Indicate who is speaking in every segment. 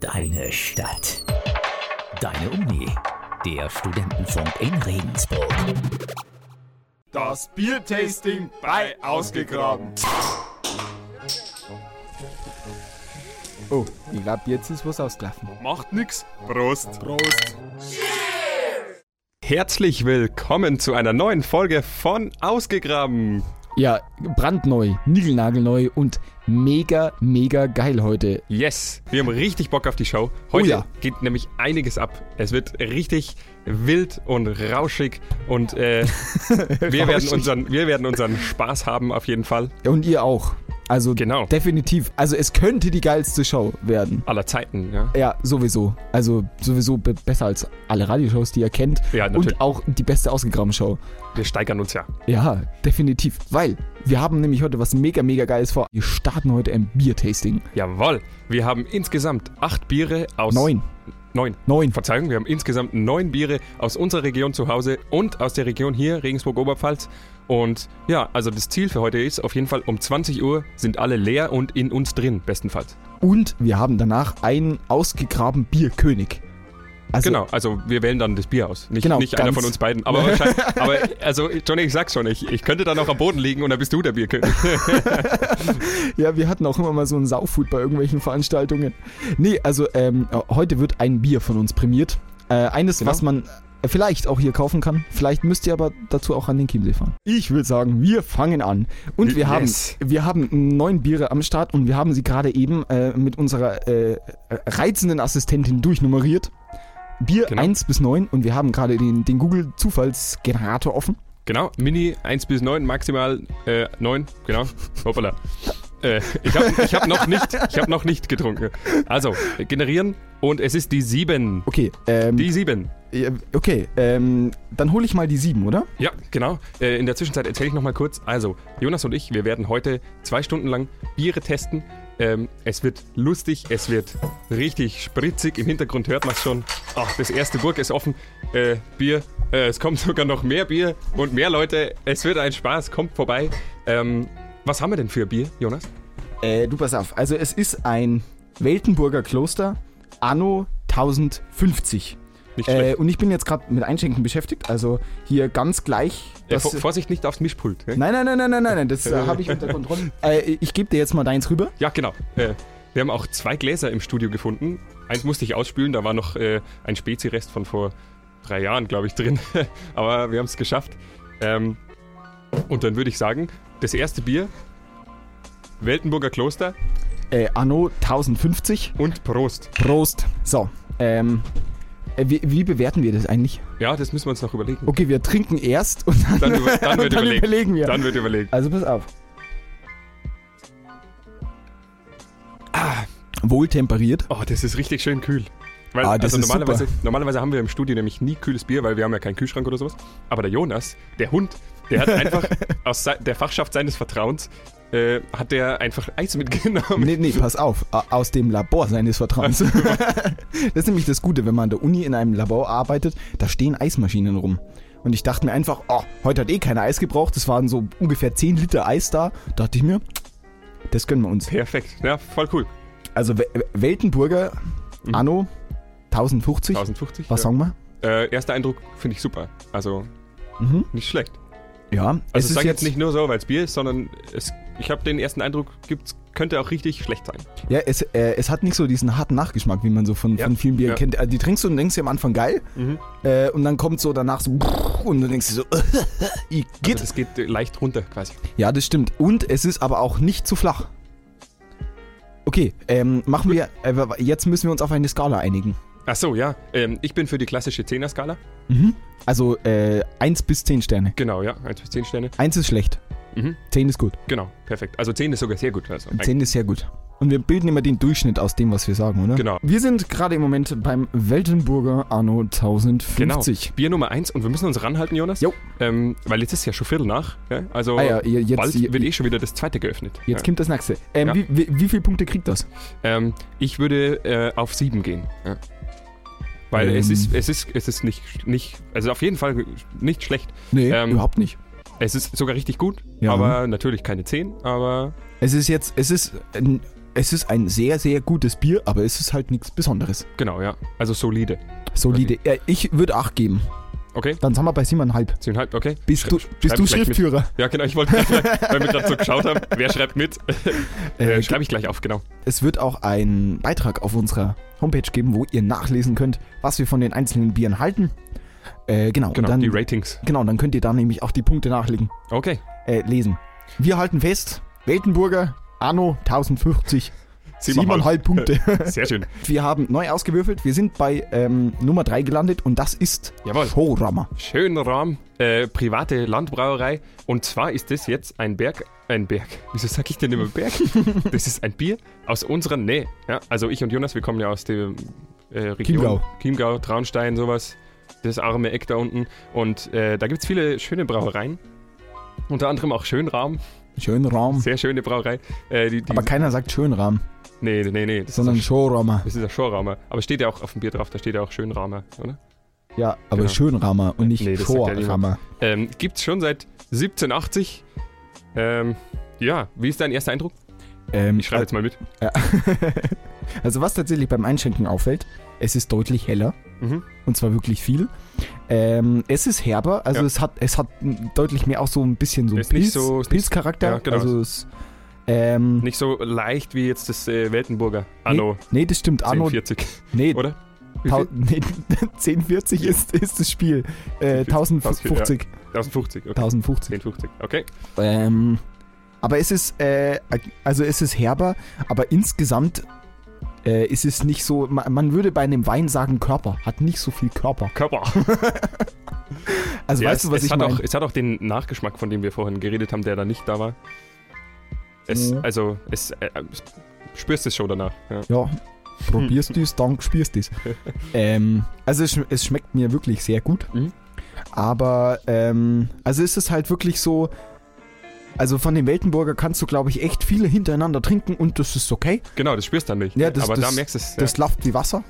Speaker 1: Deine Stadt. Deine Uni. Der Studentenfunk in Regensburg.
Speaker 2: Das Biertasting bei Ausgegraben.
Speaker 3: Oh, ich glaube, jetzt ist was ausgelaufen.
Speaker 2: Macht nix. Prost. Prost.
Speaker 4: Herzlich willkommen zu einer neuen Folge von Ausgegraben.
Speaker 3: Ja, brandneu, niegelnagelneu und mega, mega geil heute.
Speaker 4: Yes, wir haben richtig Bock auf die Show. Heute
Speaker 3: Oh ja.
Speaker 4: geht nämlich einiges ab. Es wird richtig wild und rauschig und äh, wir, werden
Speaker 3: Rauschig.
Speaker 4: unseren, wir werden unseren Spaß haben auf jeden Fall
Speaker 3: Und ihr auch. Also
Speaker 4: Genau.
Speaker 3: definitiv. Also es könnte die geilste Show werden.
Speaker 4: aller Zeiten. Ja,
Speaker 3: Ja, sowieso. Also sowieso be besser als alle Radioshows, die ihr kennt.
Speaker 4: Ja, natürlich.
Speaker 3: und auch die beste Ausgegraben-Show.
Speaker 4: wir steigern uns ja.
Speaker 3: Ja, definitiv. Weil wir haben nämlich heute was mega, mega geiles vor. Wir starten heute ein Biertasting.
Speaker 4: Jawohl, wir haben insgesamt acht Biere aus
Speaker 3: Neun.
Speaker 4: neun
Speaker 3: Neun.
Speaker 4: Verzeihung, wir haben insgesamt neun Biere aus unserer Region zu Hause und aus der Region hier, Regensburg-Oberpfalz. Und ja, also das Ziel für heute ist auf jeden Fall um 20 Uhr sind alle leer und in uns drin, bestenfalls.
Speaker 3: Und wir haben danach einen ausgegraben Bierkönig. Also,
Speaker 4: Genau, also wir wählen dann das Bier aus. Nicht,
Speaker 3: Genau,
Speaker 4: nicht einer
Speaker 3: ganz.
Speaker 4: von uns beiden. Aber, wahrscheinlich- aber also, Johnny, ich sag's schon, ich, ich könnte dann auch am Boden liegen und dann bist du der Bierkönig.
Speaker 3: Ja, wir hatten auch immer mal so einen Saufood bei irgendwelchen Veranstaltungen. Nee, also ähm, heute wird ein Bier von uns prämiert. Äh, eines,
Speaker 4: Genau.
Speaker 3: was man äh, vielleicht auch hier kaufen kann. Vielleicht müsst ihr aber dazu auch an den Chiemsee fahren. Ich würde sagen, wir fangen an. Und wir
Speaker 4: Yes.
Speaker 3: haben wir haben neun Biere am Start und wir haben sie gerade eben äh, mit unserer äh, reizenden Assistentin durchnummeriert. Bier
Speaker 4: Genau.
Speaker 3: 1 bis 9 und wir haben gerade den, den Google-Zufallsgenerator offen.
Speaker 4: Genau, Mini 1 bis 9, maximal äh, 9, genau. Hoppala. Äh, ich habe ich hab noch, nicht- ich hab noch nicht getrunken. Also, generieren und es ist die 7.
Speaker 3: Okay, ähm,
Speaker 4: Die 7.
Speaker 3: ja, okay, ähm, dann hole ich mal die 7, oder?
Speaker 4: Ja, genau. Äh, in der Zwischenzeit erzähle ich nochmal kurz. Also, Jonas und ich, wir werden heute zwei Stunden lang Biere testen. Ähm, es wird lustig, es wird richtig spritzig. Im Hintergrund hört man es schon. Ach, das erste Burg ist offen. Äh, Bier. Äh, es kommt sogar noch mehr Bier und mehr Leute. Es wird ein Spaß. Kommt vorbei. Ähm, was haben wir denn für Bier, Jonas?
Speaker 3: Äh, du pass auf. Also es ist ein Weltenburger Kloster anno 1050.
Speaker 4: Nicht
Speaker 3: Äh,
Speaker 4: schlecht.
Speaker 3: und ich bin jetzt gerade mit Einschenken beschäftigt, also hier ganz gleich.
Speaker 4: Äh,
Speaker 3: Das,
Speaker 4: vor, Vorsicht nicht aufs Mischpult. Ne?
Speaker 3: nein, nein, nein, nein, nein, nein, nein, das äh, habe ich unter Kontrolle. Äh, ich gebe dir jetzt mal deins rüber.
Speaker 4: Ja, genau. Äh, wir haben auch zwei Gläser im Studio gefunden. Eins musste ich ausspülen, da war noch äh, ein Spezi-Rest von vor drei Jahren, glaube ich, drin. Aber wir haben es geschafft. Ähm, und dann würde ich sagen, das erste Bier, Weltenburger Kloster
Speaker 3: Äh, anno 1050.
Speaker 4: und Prost.
Speaker 3: Prost. So. Ähm, äh, wie, wie bewerten wir das eigentlich?
Speaker 4: Ja, das müssen wir uns noch überlegen.
Speaker 3: Okay, wir trinken erst und dann,
Speaker 4: Dann, über, dann,
Speaker 3: und
Speaker 4: wird,
Speaker 3: dann
Speaker 4: überlegt.
Speaker 3: überlegen wir.
Speaker 4: dann wird überlegt.
Speaker 3: Also pass auf. Ah, wohltemperiert.
Speaker 4: Oh, das ist richtig schön kühl. Weil,
Speaker 3: Ah, das
Speaker 4: also
Speaker 3: ist
Speaker 4: normalerweise, normalerweise haben wir im Studio nämlich nie kühles Bier, weil wir haben ja keinen Kühlschrank oder sowas. Aber der Jonas, der Hund, der hat einfach aus sei- der Fachschaft seines Vertrauens äh, hat der einfach Eis mitgenommen.
Speaker 3: Nee, nee, pass auf. a- Aus dem Labor seines Vertrauens. das ist nämlich das Gute, wenn man an der Uni in einem Labor arbeitet, da stehen Eismaschinen rum. Und ich dachte mir einfach, oh, heute hat eh keiner Eis gebraucht. Es waren so ungefähr 10 Liter Eis da. Da dachte ich mir, das gönnen wir uns.
Speaker 4: Perfekt. Ja, voll cool.
Speaker 3: Also We- Weltenburger, Anno 1050.
Speaker 4: 1050.
Speaker 3: Was
Speaker 4: Mhm. ja.
Speaker 3: sagen wir?
Speaker 4: äh, erster Eindruck finde ich super. Also
Speaker 3: Mhm.
Speaker 4: nicht schlecht.
Speaker 3: Ja,
Speaker 4: Also ich sage jetzt nicht nur so, weil es Bier ist, sondern es, ich habe den ersten Eindruck, gibt's, könnte auch richtig schlecht sein.
Speaker 3: Ja, es, äh, es hat nicht so diesen harten Nachgeschmack, wie man so von,
Speaker 4: Ja,
Speaker 3: von vielen Bieren
Speaker 4: ja. Mhm.
Speaker 3: kennt. Also die trinkst du und denkst dir am Anfang geil. Äh, und dann kommt so danach so und du denkst dir so, ich geht.
Speaker 4: Also das geht äh, leicht runter quasi.
Speaker 3: ja, das stimmt. Und es ist aber auch nicht zu flach. Okay, ähm, machen wir, äh, wa- jetzt müssen wir uns auf eine Skala einigen.
Speaker 4: Ach so, ja. Ähm, ich bin für die klassische 10er-Skala.
Speaker 3: Also äh, 1 bis 10 Sterne.
Speaker 4: Genau, ja. 1 bis 10 Sterne.
Speaker 3: 1 ist schlecht,
Speaker 4: Mhm.
Speaker 3: 10 ist gut,
Speaker 4: Genau, perfekt. Also 10 ist sogar sehr gut. Also
Speaker 3: 10 ist sehr gut. Und wir bilden immer den Durchschnitt aus dem, was wir sagen, oder?
Speaker 4: Genau.
Speaker 3: Wir sind gerade im Moment beim Weltenburger Anno 1050.
Speaker 4: genau. Bier Nummer 1 und wir müssen uns ranhalten, Jonas.
Speaker 3: Jo.
Speaker 4: Ähm, weil jetzt ist ja schon Viertel nach. Ja? Also
Speaker 3: Ah ja, je- jetzt-
Speaker 4: bald
Speaker 3: je-
Speaker 4: wird eh schon wieder das zweite geöffnet.
Speaker 3: Jetzt kommt das nächste. Ähm,
Speaker 4: Ja.
Speaker 3: wie, wie, wie viele Punkte kriegt das?
Speaker 4: ja. ähm, ich würde äh, auf 7 gehen. Ja. Weil es
Speaker 3: Ähm.
Speaker 4: ist, es ist, es ist nicht, nicht, also auf jeden Fall nicht schlecht.
Speaker 3: Nee,
Speaker 4: Ähm,
Speaker 3: überhaupt nicht.
Speaker 4: Es ist sogar richtig gut,
Speaker 3: Ja.
Speaker 4: aber natürlich keine 10, aber
Speaker 3: Es ist jetzt, es ist ein es ist ein sehr, sehr gutes Bier, aber es ist halt nichts Besonderes.
Speaker 4: Genau, ja. Also solide.
Speaker 3: Solide. Ja, ich würde 8 geben.
Speaker 4: Okay,
Speaker 3: Dann sind wir bei 7,5.
Speaker 4: 7,5, okay.
Speaker 3: Bist du, bist
Speaker 4: schreib
Speaker 3: du
Speaker 4: gleich mit.
Speaker 3: Schriftführer?
Speaker 4: Ja, genau, ich wollte gerade sagen, weil wir gerade so geschaut haben, wer schreibt mit?
Speaker 3: Äh,
Speaker 4: Äh, Schreibe ich gleich auf, genau.
Speaker 3: Es wird auch einen Beitrag auf unserer Homepage geben, wo ihr nachlesen könnt, was wir von den einzelnen Bieren halten. Äh, genau,
Speaker 4: Genau,
Speaker 3: und dann,
Speaker 4: die Ratings.
Speaker 3: genau, dann könnt ihr da nämlich auch die Punkte nachlegen.
Speaker 4: Okay,
Speaker 3: Äh, lesen. Wir halten fest, Weltenburger, Anno 1050,
Speaker 4: Siebeneinhalb.
Speaker 3: 7,5 Punkte.
Speaker 4: sehr schön.
Speaker 3: wir haben neu ausgewürfelt, wir sind bei ähm, Nummer 3 gelandet und das ist
Speaker 4: Jawohl.
Speaker 3: Showrama.
Speaker 4: Schönen Rahmen, äh, private Landbrauerei. Und zwar ist das jetzt ein Berg, ein Berg. Wieso sag ich denn immer Berg? das ist ein Bier aus unserer Nähe. Ja, also ich und Jonas, wir kommen ja aus dem äh, Region.
Speaker 3: Chiemgau.
Speaker 4: Chiemgau, Traunstein, sowas. Das arme Eck da unten. Und äh, da gibt es viele schöne Brauereien. Unter anderem auch Schönrahm,
Speaker 3: Schönen Raum.
Speaker 4: sehr schöne Brauerei. Äh, die, die,
Speaker 3: Hm. Aber keiner sagt Schönrahm,
Speaker 4: nee, nee, nee, das ist,
Speaker 3: sondern
Speaker 4: ein,
Speaker 3: Showrama.
Speaker 4: das ist ein Schorrahmer. Aber steht ja auch auf dem Bier drauf, da steht ja auch Schönrahmer, oder?
Speaker 3: Ja, aber
Speaker 4: Genau.
Speaker 3: Schönrama und nicht
Speaker 4: Nee,
Speaker 3: nee,
Speaker 4: das sagt ja niemand.
Speaker 3: Showrama.
Speaker 4: Ähm, gibt's schon seit 1780. Ähm, ja, wie ist dein erster Eindruck?
Speaker 3: Ähm,
Speaker 4: Ich schreibe jetzt mal mit.
Speaker 3: Also was tatsächlich beim Einschenken auffällt, es ist deutlich heller.
Speaker 4: Mhm.
Speaker 3: Und zwar wirklich viel. Ähm, es ist herber, also
Speaker 4: Ja.
Speaker 3: es hat es hat deutlich mehr auch so ein bisschen so
Speaker 4: Ist nicht
Speaker 3: Pilz,
Speaker 4: so- ist nicht-
Speaker 3: Pilzcharakter.
Speaker 4: ja, genau.
Speaker 3: Also es, ähm,
Speaker 4: Nicht so leicht wie jetzt das äh, Weltenburger Anno
Speaker 3: nee, das stimmt. Anno,
Speaker 4: 1040,
Speaker 3: nee,
Speaker 4: oder? Wie
Speaker 3: tau,
Speaker 4: viel?
Speaker 3: nee 1040 ist, ist das Spiel. Äh, 1050.
Speaker 4: 1050, okay.
Speaker 3: 1050.
Speaker 4: 1050, okay.
Speaker 3: Ähm, aber es ist, äh, also es ist herber, aber insgesamt äh, ist es nicht so, man, man würde bei einem Wein sagen Körper, hat nicht so viel Körper.
Speaker 4: Körper.
Speaker 3: Also
Speaker 4: Ja,
Speaker 3: weißt du, was
Speaker 4: es,
Speaker 3: ich
Speaker 4: hat
Speaker 3: meine?
Speaker 4: auch, es hat auch den Nachgeschmack, von dem wir vorhin geredet haben, der da nicht da war. Es,
Speaker 3: Mhm.
Speaker 4: Also, es äh, äh, spürst es schon danach. Ja.
Speaker 3: Ja, probierst du es, dann spürst du es. ähm, also es, schm- es schmeckt mir wirklich sehr gut.
Speaker 4: Mhm.
Speaker 3: Aber, ähm, also ist es halt wirklich so, also von dem Weltenburger kannst du, glaube ich, echt viele hintereinander trinken und das ist okay.
Speaker 4: Genau, das spürst du dann nicht.
Speaker 3: Ja, das-
Speaker 4: aber da
Speaker 3: das-
Speaker 4: merkst du es.
Speaker 3: Das läuft wie Wasser.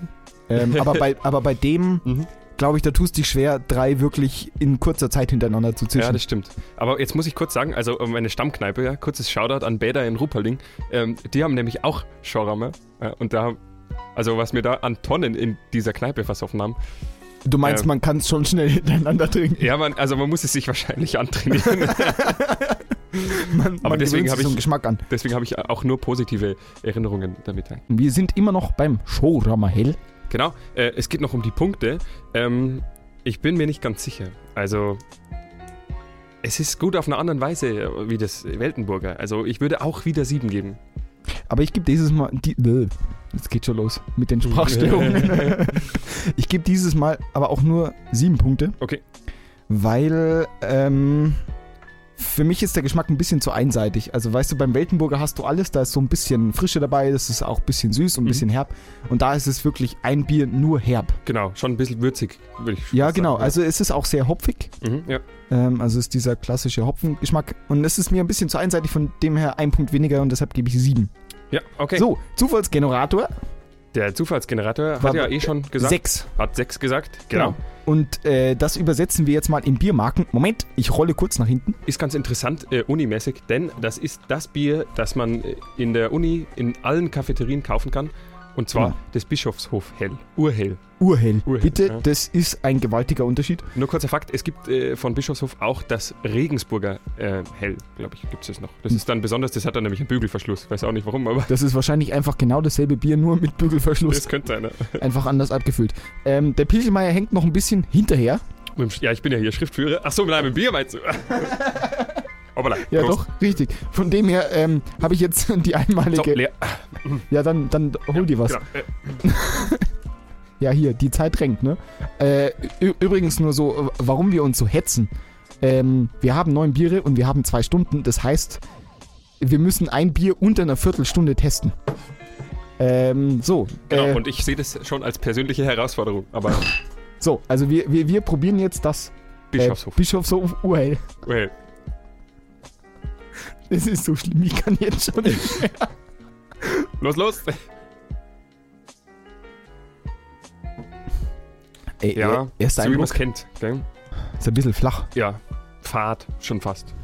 Speaker 3: Ähm, aber, bei, aber bei dem,
Speaker 4: ja. Mhm.
Speaker 3: glaube ich, da tust du dich schwer, drei wirklich in kurzer Zeit hintereinander zu
Speaker 4: Ja,
Speaker 3: zischen.
Speaker 4: das stimmt. Aber jetzt muss ich kurz sagen, also äh, meine Stammkneipe, ja, kurzes Shoutout an Bäder in Rupperling, ähm, die haben nämlich auch Schorramme. Ja, und da haben, also was wir da an Tonnen in dieser Kneipe versoffen haben.
Speaker 3: du meinst,
Speaker 4: ähm,
Speaker 3: man kann es schon schnell hintereinander trinken.
Speaker 4: Ja, man, also man muss es sich wahrscheinlich antrainieren.
Speaker 3: Man,
Speaker 4: aber deswegen
Speaker 3: man gewöhnt sich
Speaker 4: habe
Speaker 3: so einen
Speaker 4: ich-
Speaker 3: Geschmack an.
Speaker 4: Deswegen habe ich auch nur positive Erinnerungen damit. ein.
Speaker 3: Wir sind immer noch beim Showrama Hell.
Speaker 4: Genau, äh, es geht noch um die Punkte. Ähm, ich bin mir nicht ganz sicher. Also, es ist gut auf eine anderen Weise äh, wie das Weltenburger. Also, ich würde auch wieder sieben geben.
Speaker 3: Aber ich gebe dieses Mal. Die, Bäh. jetzt geht schon los mit den Sprachstörungen. ich gebe dieses Mal aber auch nur sieben Punkte.
Speaker 4: Okay.
Speaker 3: Weil ähm, für mich ist der Geschmack ein bisschen zu einseitig. Also weißt du, beim Weltenburger hast du alles, da ist so ein bisschen Frische dabei, das ist auch ein bisschen süß und ein
Speaker 4: Mhm.
Speaker 3: bisschen herb. Und da ist es wirklich ein Bier nur herb.
Speaker 4: Genau, schon ein bisschen würzig, würde ich
Speaker 3: Ja,
Speaker 4: sagen,
Speaker 3: genau. Also es ist auch sehr hopfig.
Speaker 4: Mhm, ja.
Speaker 3: Ähm, also ist dieser klassische Hopfengeschmack. Und es ist mir ein bisschen zu einseitig, von dem her ein Punkt weniger und deshalb gebe ich sieben.
Speaker 4: Ja, okay.
Speaker 3: So, Zufallsgenerator.
Speaker 4: Der Zufallsgenerator
Speaker 3: War-
Speaker 4: hat ja eh schon gesagt.
Speaker 3: Sechs.
Speaker 4: Hat sechs gesagt. Genau.
Speaker 3: Genau. Und äh, das übersetzen wir jetzt mal in Biermarken. Moment, ich rolle kurz nach hinten.
Speaker 4: Ist ganz interessant, äh, unimäßig, denn das ist das Bier, das man äh, in der Uni in allen Cafeterien kaufen kann. Und zwar
Speaker 3: Ja.
Speaker 4: das Bischofshof Hell. Urhell.
Speaker 3: Urhell.
Speaker 4: Urhell,
Speaker 3: Bitte,
Speaker 4: ja.
Speaker 3: das ist ein gewaltiger Unterschied.
Speaker 4: Nur kurzer Fakt, es gibt äh, von Bischofshof auch das Regensburger äh, Hell, glaube ich, gibt es noch.
Speaker 3: Hm.
Speaker 4: Das ist dann besonders, das hat dann nämlich einen Bügelverschluss. Weiß auch nicht warum, aber
Speaker 3: Das ist wahrscheinlich einfach genau dasselbe Bier, nur mit Bügelverschluss.
Speaker 4: das könnte sein. Ne?
Speaker 3: Einfach anders abgefüllt. Ähm, der Pilchenmeier hängt noch ein bisschen hinterher.
Speaker 4: Mit dem Sch- Ja, ich bin ja hier Schriftführer. Ach so, mit einem Bier meinst du? Hoppala.
Speaker 3: Ja,
Speaker 4: Prost.
Speaker 3: doch, richtig. Von dem her ähm, habe ich jetzt die
Speaker 4: So,
Speaker 3: einmalige.
Speaker 4: leer.
Speaker 3: ja, dann, dann hol dir was.
Speaker 4: Genau. Äh,
Speaker 3: Ja, hier, die Zeit drängt, ne? Äh, ü- übrigens nur so, äh, warum wir uns so hetzen. Ähm, wir haben neun Biere und wir haben zwei Stunden. Das heißt, wir müssen ein Bier unter einer Viertelstunde testen. Ähm, so.
Speaker 4: Genau,
Speaker 3: äh,
Speaker 4: und ich sehe das schon als persönliche Herausforderung, aber
Speaker 3: so, also wir, wir, wir probieren jetzt das äh,
Speaker 4: Bischofshof.
Speaker 3: Bischofshof Urhell.
Speaker 4: Well,
Speaker 3: Das ist so schlimm, ich kann jetzt schon nicht.
Speaker 4: los, los!
Speaker 3: Ey,
Speaker 4: Ja,
Speaker 3: erster
Speaker 4: so wie man es
Speaker 3: Eindruck,
Speaker 4: kennt. Gell?
Speaker 3: ist ein bisschen flach.
Speaker 4: Ja, Fahrt, schon fast.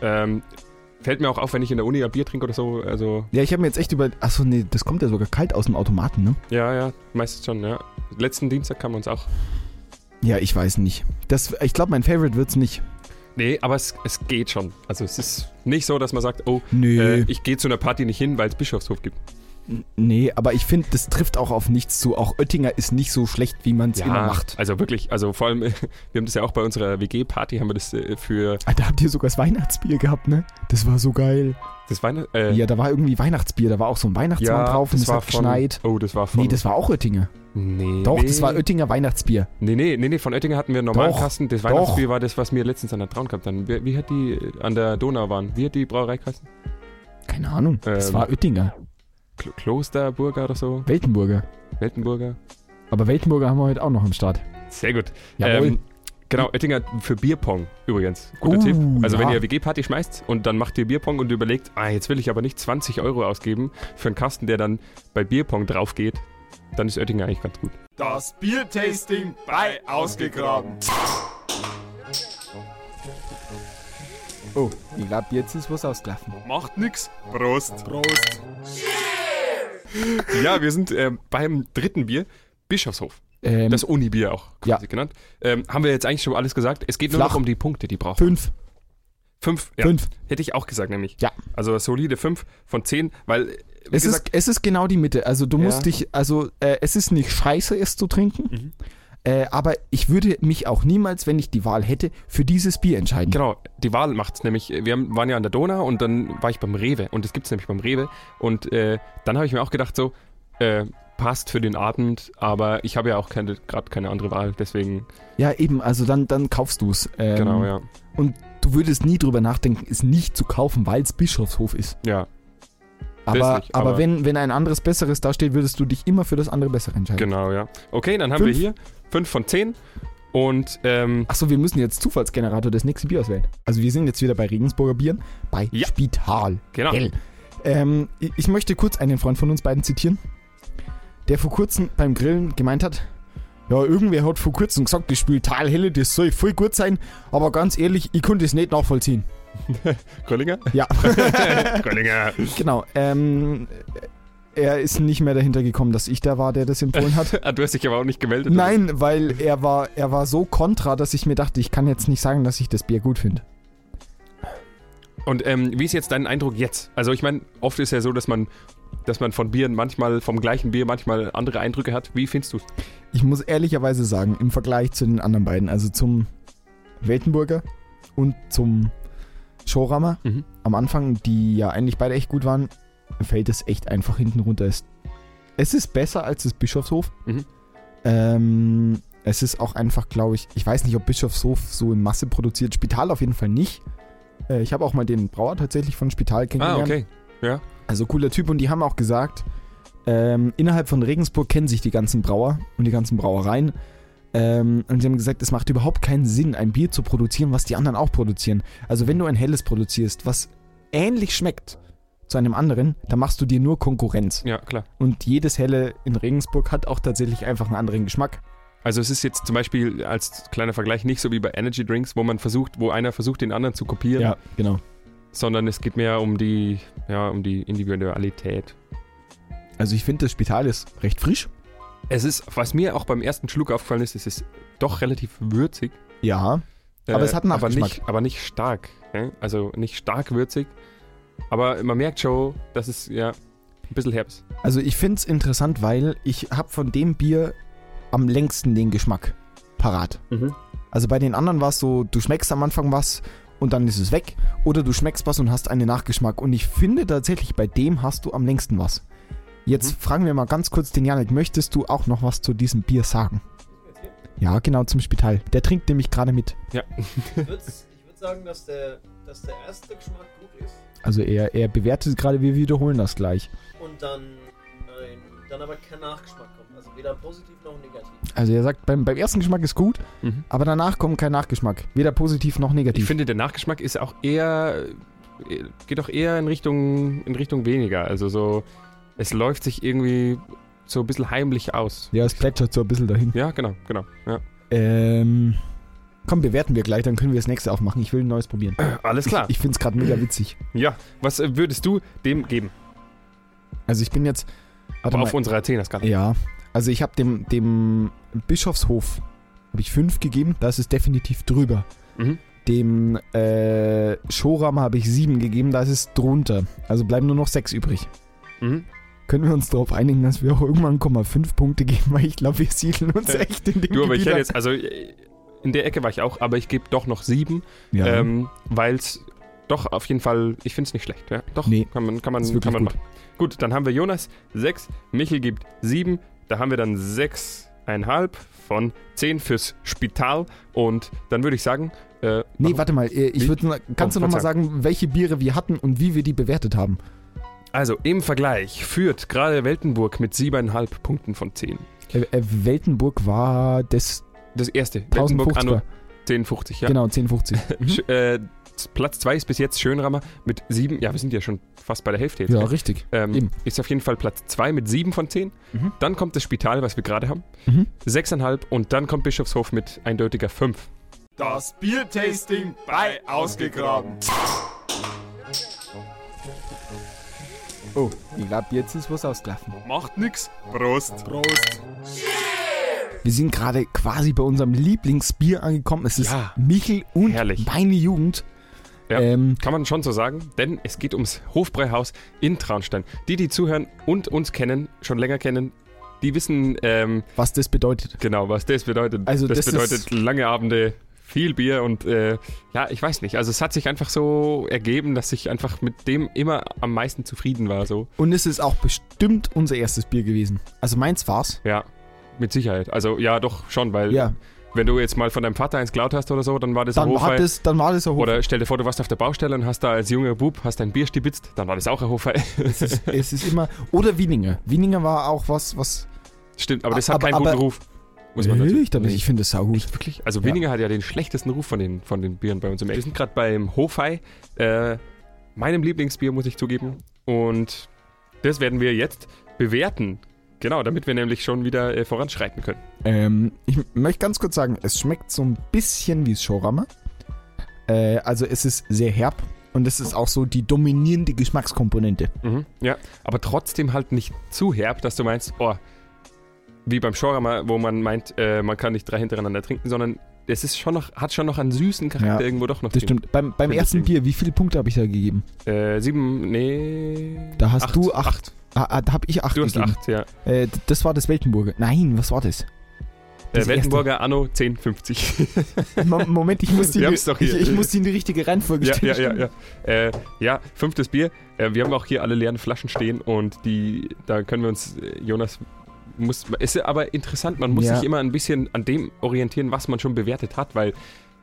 Speaker 4: Ähm, Fällt mir auch auf, wenn ich in der Uni ein Bier trinke oder so. Also,
Speaker 3: Ja, ich habe mir jetzt echt über. Achso, nee, das kommt ja sogar kalt aus dem Automaten, ne?
Speaker 4: ja, ja, meistens schon, ja. Letzten Dienstag kam uns auch.
Speaker 3: Ja, ich weiß nicht. Das, ich glaube, mein Favorite wird's nicht.
Speaker 4: Nee, aber es, es geht schon. Also, es ist nicht so, dass man sagt, oh,
Speaker 3: Nö.
Speaker 4: äh, ich gehe zu einer Party nicht hin, weil es Bischofshof gibt.
Speaker 3: Nee, aber ich finde, das trifft auch auf nichts zu. Auch Oettinger ist nicht so schlecht, wie man es immer macht.
Speaker 4: Also wirklich, also vor allem, wir haben das ja auch bei unserer WG-Party, haben wir das äh, für
Speaker 3: Ah, Da habt ihr sogar das Weihnachtsbier gehabt, ne? Das war so geil.
Speaker 4: das Weihnachten. Äh,
Speaker 3: Ja, da war irgendwie Weihnachtsbier, da war auch so ein Weihnachtsmann drauf und es hat
Speaker 4: von,
Speaker 3: geschneit.
Speaker 4: Oh, das war von.
Speaker 3: Nee, das war auch Oettinger.
Speaker 4: nee,
Speaker 3: Doch, das war Oettinger Weihnachtsbier.
Speaker 4: Nee, nee, nee, nee, von Oettinger hatten wir einen normalen
Speaker 3: Doch,
Speaker 4: Kasten. Das
Speaker 3: doch.
Speaker 4: Weihnachtsbier war das, was wir letztens an der Traun gehabt haben. Wie, wie hat die äh, an der Donau waren? Wie hat die Brauerei geheißen?
Speaker 3: Keine Ahnung. Das
Speaker 4: Ähm.
Speaker 3: war Oettinger.
Speaker 4: Kl Klosterburger oder so?
Speaker 3: Weltenburger.
Speaker 4: Weltenburger?
Speaker 3: Aber Weltenburger haben wir heute auch noch am Start.
Speaker 4: Sehr gut.
Speaker 3: Jawohl.
Speaker 4: Ähm, genau, Oettinger für Bierpong übrigens. Guter
Speaker 3: Oh,
Speaker 4: Tipp. Also wenn
Speaker 3: ja.
Speaker 4: ihr WG-Party schmeißt und dann macht ihr Bierpong und überlegt, ah, jetzt will ich aber nicht 20 Euro ausgeben für einen Kasten, der dann bei Bierpong drauf geht, dann ist Oettinger eigentlich ganz gut.
Speaker 2: Das Biertasting bei Ausgegraben.
Speaker 3: Oh, ich glaube, jetzt ist was ausgelaufen.
Speaker 2: Macht nix. Prost. Prost.
Speaker 4: Ja, wir sind ähm, beim dritten Bier, Bischofshof.
Speaker 3: Ähm,
Speaker 4: Das Unibier auch quasi
Speaker 3: Ja.
Speaker 4: genannt. Ähm, haben wir jetzt eigentlich schon alles gesagt. Es geht nur
Speaker 3: Flach.
Speaker 4: noch um die Punkte, die braucht.
Speaker 3: fünf.
Speaker 4: Fünf. Ja.
Speaker 3: Fünf.
Speaker 4: Hätte ich auch gesagt, nämlich.
Speaker 3: Ja.
Speaker 4: Also solide fünf von zehn, weil, äh, wie
Speaker 3: Es
Speaker 4: gesagt,
Speaker 3: ist, es ist genau die Mitte. Also du musst
Speaker 4: Ja.
Speaker 3: dich, also äh, es ist nicht scheiße, es zu trinken.
Speaker 4: Mhm.
Speaker 3: Äh, aber ich würde mich auch niemals, wenn ich die Wahl hätte, für dieses Bier entscheiden.
Speaker 4: Genau, die Wahl macht's nämlich. Wir haben, waren ja an der Donau und dann war ich beim Rewe und das gibt's nämlich beim Rewe und äh, dann habe ich mir auch gedacht so äh, passt für den Abend, aber ich habe ja auch keine gerade keine andere Wahl, deswegen
Speaker 3: Ja, eben, also dann, dann kaufst du es. Ähm,
Speaker 4: genau ja
Speaker 3: Und du würdest nie drüber nachdenken, es nicht zu kaufen, weil es Bischofshof ist.
Speaker 4: ja
Speaker 3: Aber,
Speaker 4: nicht,
Speaker 3: aber,
Speaker 4: aber-
Speaker 3: wenn, wenn ein anderes Besseres dasteht, würdest du dich immer für das andere Bessere entscheiden.
Speaker 4: genau ja okay dann haben
Speaker 3: Fünf.
Speaker 4: wir hier fünf von zehn und ähm,
Speaker 3: Achso, wir müssen jetzt Zufallsgenerator das nächste Bier auswählen. Also wir sind jetzt wieder bei Regensburger Bieren, bei
Speaker 4: Ja.
Speaker 3: Spital.
Speaker 4: genau
Speaker 3: Gell. Ähm, ich ich möchte kurz einen Freund von uns beiden zitieren, der vor kurzem beim Grillen gemeint hat, ja, irgendwer hat vor kurzem gesagt, das Spiel Talhelle, das soll voll gut sein, aber ganz ehrlich, ich konnte es nicht nachvollziehen.
Speaker 4: Gröllinger
Speaker 3: Ja,
Speaker 4: Gröllinger
Speaker 3: genau. Ähm, er ist nicht mehr dahinter gekommen, dass ich da war, der das empfohlen hat.
Speaker 4: ah, du hast dich aber auch nicht gemeldet
Speaker 3: Nein, weil er war, er war so kontra, dass ich mir dachte, ich kann jetzt nicht sagen, dass ich das Bier gut finde.
Speaker 4: Und ähm, wie ist jetzt dein Eindruck jetzt? Also ich meine, oft ist ja so, dass man, dass man von Bieren manchmal, vom gleichen Bier manchmal andere Eindrücke hat. Wie findest du's?
Speaker 3: Ich muss ehrlicherweise sagen, im Vergleich zu den anderen beiden, also zum Weltenburger und zum Showrammer
Speaker 4: Mhm.
Speaker 3: am Anfang, die ja eigentlich beide echt gut waren, fällt es echt einfach hinten runter. Es, es ist besser als das Bischofshof.
Speaker 4: Mhm.
Speaker 3: Ähm, es ist auch einfach, glaube ich, ich weiß nicht, ob Bischofshof so in Masse produziert. Spital auf jeden Fall nicht. Äh, ich habe auch mal den Brauer tatsächlich von Spital
Speaker 4: Ah,
Speaker 3: kennengelernt.
Speaker 4: okay.
Speaker 3: Also cooler Typ und die haben auch gesagt, ähm, innerhalb von Regensburg kennen sich die ganzen Brauer und die ganzen Brauereien. Ähm, und sie haben gesagt, es macht überhaupt keinen Sinn, ein Bier zu produzieren, was die anderen auch produzieren. Also wenn du ein helles produzierst, was ähnlich schmeckt zu einem anderen, dann machst du dir nur Konkurrenz.
Speaker 4: Ja, klar.
Speaker 3: Und jedes helle in Regensburg hat auch tatsächlich einfach einen anderen Geschmack.
Speaker 4: Also es ist jetzt zum Beispiel als kleiner Vergleich nicht so wie bei Energy Drinks, wo man versucht, wo einer versucht, den anderen zu kopieren,
Speaker 3: genau.
Speaker 4: sondern es geht mehr um die, ja, um die Individualität.
Speaker 3: Also ich finde, das Spital ist recht frisch.
Speaker 4: Es ist, was mir auch beim ersten Schluck aufgefallen ist, es ist doch relativ würzig. äh,
Speaker 3: Ja. Aber es hat einen
Speaker 4: aber
Speaker 3: Nachgeschmack.
Speaker 4: nicht, aber nicht stark. ne? Also nicht stark würzig. Aber man merkt schon, dass es ja ein bisschen herb ist.
Speaker 3: Also ich finde es interessant, weil ich habe von dem Bier am längsten den Geschmack parat.
Speaker 4: Mhm.
Speaker 3: Also bei den anderen war es so, du schmeckst am Anfang was und dann ist es weg. Oder du schmeckst was und hast einen Nachgeschmack. Und ich finde tatsächlich, bei dem hast du am längsten was. Jetzt
Speaker 4: Mhm.
Speaker 3: fragen wir mal ganz kurz den Janik, möchtest du auch noch was zu diesem Bier sagen? Ja, genau, zum Spital. Der trinkt nämlich gerade mit.
Speaker 5: Ich würde sagen, dass der, dass der erste Geschmack gut ist
Speaker 3: Also er, er bewertet gerade, wir wiederholen das gleich.
Speaker 5: und dann, ein, dann aber kein Nachgeschmack kommt. Also weder positiv noch negativ.
Speaker 3: Also er sagt, beim, beim ersten Geschmack ist gut,
Speaker 4: Mhm.
Speaker 3: aber danach kommt kein Nachgeschmack. Weder positiv noch negativ.
Speaker 4: Ich finde, der Nachgeschmack ist auch eher, äh, geht auch eher in Richtung, in Richtung weniger. Also so, es läuft sich irgendwie so ein bisschen heimlich aus.
Speaker 3: halt
Speaker 4: genau,
Speaker 3: ja, es plätschert so ein bisschen dahin.
Speaker 4: Ja, genau, genau. Ja.
Speaker 3: Ähm, Komm, bewerten wir gleich, dann können wir das nächste aufmachen. Ich will ein neues probieren.
Speaker 4: Alles klar.
Speaker 3: Ich, ich finde es gerade mega witzig.
Speaker 4: ja, was äh, würdest du dem geben?
Speaker 3: Also ich bin jetzt. Warte
Speaker 4: Aber
Speaker 3: mal.
Speaker 4: auf unserer 10 skala
Speaker 3: Ja, also ich habe dem, dem Bischofshof habe ich 5 gegeben, das ist definitiv drüber.
Speaker 4: Mhm.
Speaker 3: Dem äh, Shoram habe ich 7 gegeben, das ist drunter. Also bleiben nur noch 6 übrig.
Speaker 4: Mhm.
Speaker 3: Können wir uns darauf einigen, dass wir auch irgendwann 0,5 Punkte geben, weil ich glaube, wir siedeln uns
Speaker 4: Äh,
Speaker 3: echt in dem
Speaker 4: Du, aber ich
Speaker 3: Gebiet
Speaker 4: hätte
Speaker 3: an.
Speaker 4: jetzt, also äh, in der Ecke war ich auch, aber ich gebe doch noch 7,
Speaker 3: ja,
Speaker 4: ähm, weil es doch auf jeden Fall, ich finde es nicht schlecht. Ja? Doch,
Speaker 3: Nee,
Speaker 4: kann man, kann man,
Speaker 3: ist wirklich
Speaker 4: kann man
Speaker 3: gut.
Speaker 4: machen. Gut, dann haben wir Jonas 6, Michel gibt 7, da haben wir dann 6,5 von 10 fürs Spital und dann würde ich sagen, äh,
Speaker 3: nee,
Speaker 4: machen-
Speaker 3: warte mal, äh, ich
Speaker 4: Wie?
Speaker 3: würde, kannst
Speaker 4: Oh,
Speaker 3: du nochmal sagen, welche Biere wir hatten und wie wir die bewertet haben?
Speaker 4: also im Vergleich führt gerade Weltenburg mit 7,5 Punkten von 10.
Speaker 3: Äh, äh, Weltenburg war das
Speaker 4: Das erste, Weltenburg
Speaker 3: 1050er.
Speaker 4: anno 1050, ja.
Speaker 3: Genau, 1050.
Speaker 4: Sch- Äh, Platz 2 ist bis jetzt Schönrammer mit 7. Ja, wir sind ja schon fast bei der Hälfte jetzt.
Speaker 3: ja,
Speaker 4: gell?
Speaker 3: richtig.
Speaker 4: ähm,
Speaker 3: eben.
Speaker 4: ist auf jeden Fall Platz 2 mit 7 von 10.
Speaker 3: Mhm.
Speaker 4: Dann kommt das Spital, was wir gerade haben.
Speaker 3: Mhm.
Speaker 4: 6,5 und dann kommt Bischofshof mit eindeutiger 5.
Speaker 2: Das Biertasting bei Ausgegraben.
Speaker 3: Oh, ich glaube, jetzt ist was ausgelaufen.
Speaker 2: Macht nix. Prost. Prost.
Speaker 3: Wir sind gerade quasi bei unserem Lieblingsbier angekommen. Es ist
Speaker 4: Ja.
Speaker 3: Michel und
Speaker 4: Herrlich.
Speaker 3: meine Jugend.
Speaker 4: Ja.
Speaker 3: Ähm,
Speaker 4: Kann man schon so sagen, denn es geht ums Hofbräuhaus in Traunstein. Die, die zuhören und uns kennen, schon länger kennen, die wissen ähm,
Speaker 3: was das bedeutet.
Speaker 4: genau, was das bedeutet.
Speaker 3: Also
Speaker 4: das,
Speaker 3: das
Speaker 4: bedeutet
Speaker 3: ist-
Speaker 4: lange Abende, viel Bier und äh, ja, ich weiß nicht. Also es hat sich einfach so ergeben, dass ich einfach mit dem immer am meisten zufrieden war. So.
Speaker 3: Und es ist auch bestimmt unser erstes Bier gewesen. Also meins war's.
Speaker 4: Ja, mit Sicherheit. Also ja, doch schon, weil
Speaker 3: Ja,
Speaker 4: wenn du jetzt mal von deinem Vater eins geklaut hast oder so, dann war das
Speaker 3: dann
Speaker 4: ein
Speaker 3: war
Speaker 4: Hofei.
Speaker 3: das, dann war das ein Hof.
Speaker 4: Oder stell dir vor, du warst auf der Baustelle und hast da als junger Bub hast dein Bier stibitzt, dann war das auch ein Hofei.
Speaker 3: es ist immer oder Wieninger. Wieninger war auch was, was
Speaker 4: Stimmt, aber das
Speaker 3: A-
Speaker 4: hat keinen
Speaker 3: aber-
Speaker 4: guten
Speaker 3: aber-
Speaker 4: Ruf.
Speaker 3: Wirklich?
Speaker 4: dazu-
Speaker 3: Dann- Ich finde es saugut.
Speaker 4: Wirklich? Also
Speaker 3: Ja.
Speaker 4: Weniger hat ja den schlechtesten Ruf von den, von den Bieren bei uns im Eck. Wir sind gerade beim Hofei, äh, meinem Lieblingsbier, muss ich zugeben. Und das werden wir jetzt bewerten. Genau, damit wir nämlich schon wieder äh, voranschreiten können.
Speaker 3: Ähm, ich möchte ganz kurz sagen, es schmeckt so ein bisschen wie Shorama. Äh, also es ist sehr herb und es ist auch so die dominierende Geschmackskomponente.
Speaker 4: Ja, aber trotzdem halt nicht zu herb, dass du meinst, oh, wie beim Shawarma, wo man meint, äh, man kann nicht drei hintereinander trinken, sondern es ist schon noch, hat schon noch einen süßen Charakter
Speaker 3: Ja,
Speaker 4: irgendwo doch noch.
Speaker 3: Das
Speaker 4: drin.
Speaker 3: stimmt. Beim, beim
Speaker 4: Finde ich
Speaker 3: ersten
Speaker 4: eben.
Speaker 3: Bier, wie viele Punkte habe ich da gegeben?
Speaker 4: Äh, sieben, nee.
Speaker 3: Da hast du acht.
Speaker 4: acht.
Speaker 3: Ah, ah, da habe ich acht
Speaker 4: Du hast
Speaker 3: gegeben.
Speaker 4: acht, ja.
Speaker 3: Äh, d- das war das Weltenburger. Nein, was war das?
Speaker 4: Äh,
Speaker 3: Das
Speaker 4: Weltenburger Anno 1050.
Speaker 3: Mo- Moment, ich muss die,
Speaker 4: Wir haben's doch
Speaker 3: ich,
Speaker 4: hier.
Speaker 3: ich muss die in die richtige Reihenfolge
Speaker 4: ja, ja,
Speaker 3: stellen.
Speaker 4: ja, ja. Äh, ja, fünftes Bier. Äh, wir haben auch hier alle leeren Flaschen stehen und die, da können wir uns, äh, Jonas, muss, ist aber interessant, man muss
Speaker 3: Ja.
Speaker 4: sich immer ein bisschen an dem orientieren, was man schon bewertet hat, weil ich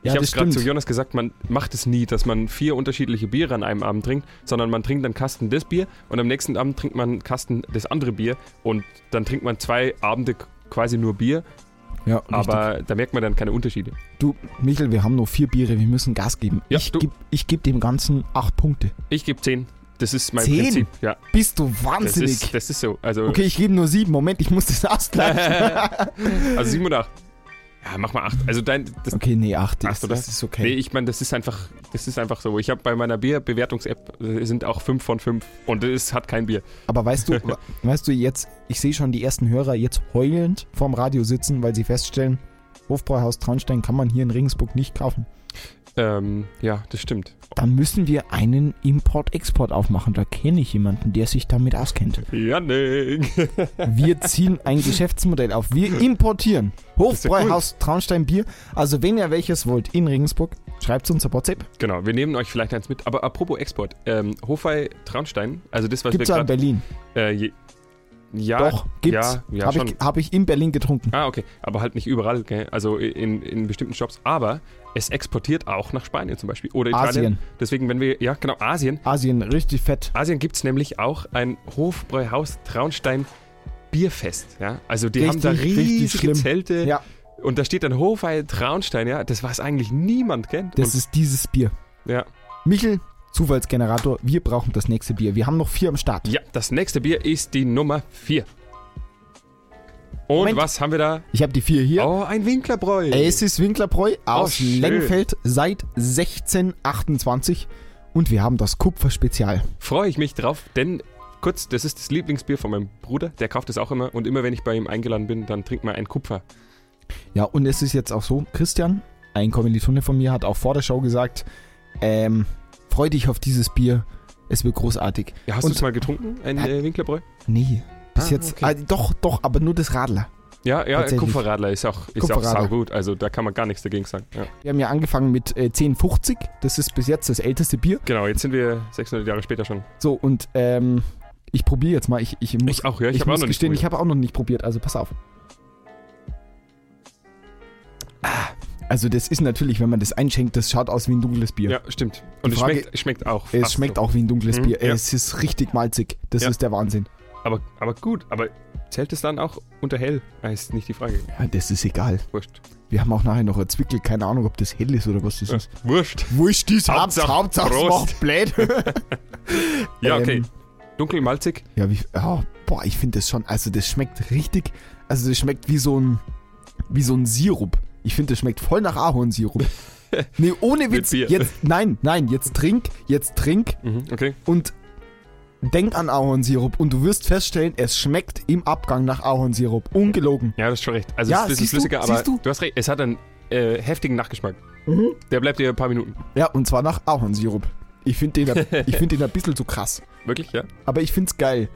Speaker 3: Ja,
Speaker 4: habe
Speaker 3: das
Speaker 4: es gerade zu
Speaker 3: stimmt.
Speaker 4: Jonas gesagt, man macht es nie, dass man vier unterschiedliche Biere an einem Abend trinkt, sondern man trinkt einen Kasten das Bier und am nächsten Abend trinkt man einen Kasten das andere Bier und dann trinkt man zwei Abende k- quasi nur Bier,
Speaker 3: Ja, richtig.
Speaker 4: aber da merkt man dann keine Unterschiede.
Speaker 3: du, Michel, wir haben nur vier Biere, wir müssen Gas geben.
Speaker 4: Ja,
Speaker 3: ich
Speaker 4: du-
Speaker 3: gebe geb dem Ganzen acht Punkte.
Speaker 4: Ich gebe zehn. Das ist mein
Speaker 3: Zehn?
Speaker 4: Prinzip. Ja,
Speaker 3: Bist du
Speaker 4: das
Speaker 3: wahnsinnig?
Speaker 4: ist, das ist so. Also,
Speaker 3: okay, ich gebe nur sieben. Moment, ich muss das ausgleichen.
Speaker 4: Also 7 oder 8. Ja, mach mal 8. Also dein. Das,
Speaker 3: okay, nee, acht.
Speaker 4: Acht,
Speaker 3: ist,
Speaker 4: oder?
Speaker 3: das ist okay.
Speaker 4: Nee, ich meine, das ist einfach. Das ist einfach so. Ich habe bei meiner Bier-Bewertungs-App äh, sind auch 5 von 5 und es hat kein Bier.
Speaker 3: Aber weißt du, we- weißt du jetzt, ich sehe schon die ersten Hörer jetzt heulend vorm Radio sitzen, weil sie feststellen, Hofbräuhaus Traunstein kann man hier in Regensburg nicht kaufen.
Speaker 4: Ähm, ja, das stimmt.
Speaker 3: Dann müssen wir einen Import-Export aufmachen. Da kenne ich jemanden, der sich damit auskennt.
Speaker 4: Janik.
Speaker 3: Wir ziehen ein Geschäftsmodell auf. Wir importieren
Speaker 4: ja cool.
Speaker 3: Hofbräuhaus Traunstein Bier. Also wenn ihr welches wollt in Regensburg, schreibt uns auf WhatsApp.
Speaker 4: genau, wir nehmen euch vielleicht eins mit. Aber apropos Export. Ähm, Hofei Traunstein, also das, was
Speaker 3: Gibt's ja
Speaker 4: wir
Speaker 3: in
Speaker 4: gerade.
Speaker 3: Berlin.
Speaker 4: Äh, je- ja,
Speaker 3: Doch, gibt's.
Speaker 4: Ah, Ja, ja
Speaker 3: Habe
Speaker 4: schon.
Speaker 3: ich, hab ich in Berlin getrunken.
Speaker 4: Ah, okay. Aber halt nicht überall, gell? also in, in bestimmten Shops. Aber es exportiert auch nach Spanien zum Beispiel oder Italien.
Speaker 3: Asien.
Speaker 4: Deswegen, wenn wir, ja genau, Asien.
Speaker 3: Asien, richtig fett.
Speaker 4: Asien gibt es nämlich auch ein Hofbräuhaus Traunstein Bierfest. Ja? Also die haben da
Speaker 3: Richtig, richtig
Speaker 4: riesige
Speaker 3: schlimm.
Speaker 4: Zelte
Speaker 3: Ja,
Speaker 4: und da steht dann Hofei Traunstein, ja, das was eigentlich niemand kennt.
Speaker 3: das
Speaker 4: und,
Speaker 3: ist dieses Bier.
Speaker 4: ja.
Speaker 3: Michel, Zufallsgenerator, wir brauchen das nächste Bier. Wir haben noch vier am Start.
Speaker 4: ja, das nächste Bier ist die Nummer 4. Und
Speaker 3: Moment. Äh,
Speaker 4: was haben wir da?
Speaker 3: Ich habe die vier hier.
Speaker 4: Oh, ein Winklerbräu.
Speaker 3: Aces Winklerbräu aus
Speaker 4: schön.
Speaker 3: Lengfeld seit 1628 und wir haben das Kupfer-Spezial.
Speaker 4: Freue ich mich drauf, denn kurz, das ist das Lieblingsbier von meinem Bruder. Der kauft es auch immer. Und immer, wenn ich bei ihm eingeladen bin, dann trinkt man ein Kupfer.
Speaker 3: Ja, und es ist jetzt auch so, Christian, ein Kommilitone von mir, hat auch vor der Show gesagt, ähm, freu dich auf dieses Bier, es wird großartig.
Speaker 4: Ja, hast du
Speaker 3: Und-
Speaker 4: es mal getrunken, ein
Speaker 3: Hä?
Speaker 4: äh, Winklerbräu?
Speaker 3: Nee, bis
Speaker 4: Ah,
Speaker 3: jetzt,
Speaker 4: okay.
Speaker 3: ah, doch, doch, aber nur das Radler.
Speaker 4: Ja, ja,
Speaker 3: Tatsächlich.
Speaker 4: Kupferradler ist auch, ist auch
Speaker 3: Kupferradler.
Speaker 4: saugut. Also da kann man gar nichts dagegen sagen. Ja.
Speaker 3: Wir haben ja angefangen mit äh, 10,50, das ist bis jetzt das älteste Bier.
Speaker 4: Genau, jetzt sind wir 600 Jahre später schon.
Speaker 3: So, und ähm, ich probiere jetzt mal, ich, ich muss,
Speaker 4: Ich auch, ja. Ich,
Speaker 3: ich
Speaker 4: habe auch
Speaker 3: muss
Speaker 4: noch nicht.
Speaker 3: gestehen, ich
Speaker 4: probiert.
Speaker 3: habe auch noch nicht probiert, also pass auf. Ah, Also das ist natürlich, wenn man das einschenkt, das schaut aus wie ein dunkles Bier.
Speaker 4: ja, stimmt. Und es
Speaker 3: Frage-
Speaker 4: schmeckt, schmeckt auch.
Speaker 3: Es
Speaker 4: fast
Speaker 3: schmeckt
Speaker 4: so.
Speaker 3: auch wie ein dunkles
Speaker 4: Mhm,
Speaker 3: Bier.
Speaker 4: ja.
Speaker 3: Es ist richtig malzig. Das
Speaker 4: Ja.
Speaker 3: ist der Wahnsinn.
Speaker 4: Aber, aber gut, aber zählt es dann auch unter hell? Ah, ist nicht die Frage.
Speaker 3: Ja, das ist egal.
Speaker 4: Wurscht.
Speaker 3: Wir haben auch nachher noch ein Zwickel. Keine Ahnung, ob das hell ist oder was das ist.
Speaker 4: Wurscht.
Speaker 3: Wurscht, dies
Speaker 4: Hauptsache Prost.
Speaker 3: blöd.
Speaker 4: Ja,
Speaker 3: Ähm,
Speaker 4: okay. Dunkel, malzig.
Speaker 3: Ja, wie, ja, boah, ich finde das schon, also das schmeckt richtig, also das schmeckt wie so ein, wie so ein Sirup. Ich finde, das schmeckt voll nach Ahornsirup. nee, ohne
Speaker 4: Mit
Speaker 3: Witz.
Speaker 4: Bier.
Speaker 3: Jetzt, nein, nein, jetzt trink, jetzt trink
Speaker 4: Mhm, okay.
Speaker 3: und denk an Ahornsirup und du wirst feststellen, es schmeckt im Abgang nach Ahornsirup. Ungelogen.
Speaker 4: Ja, das ist schon recht. Also es ist
Speaker 3: Ja,
Speaker 4: ein bisschen
Speaker 3: siehst du,
Speaker 4: flüssiger, aber
Speaker 3: siehst du? Mhm.
Speaker 4: du? hast recht, es hat einen äh, heftigen Nachgeschmack. Der bleibt dir ein paar Minuten.
Speaker 3: Ja, und zwar nach Ahornsirup. Ich finde den, ich find den ein bisschen zu krass.
Speaker 4: Wirklich, ja?
Speaker 3: Aber ich finde es geil.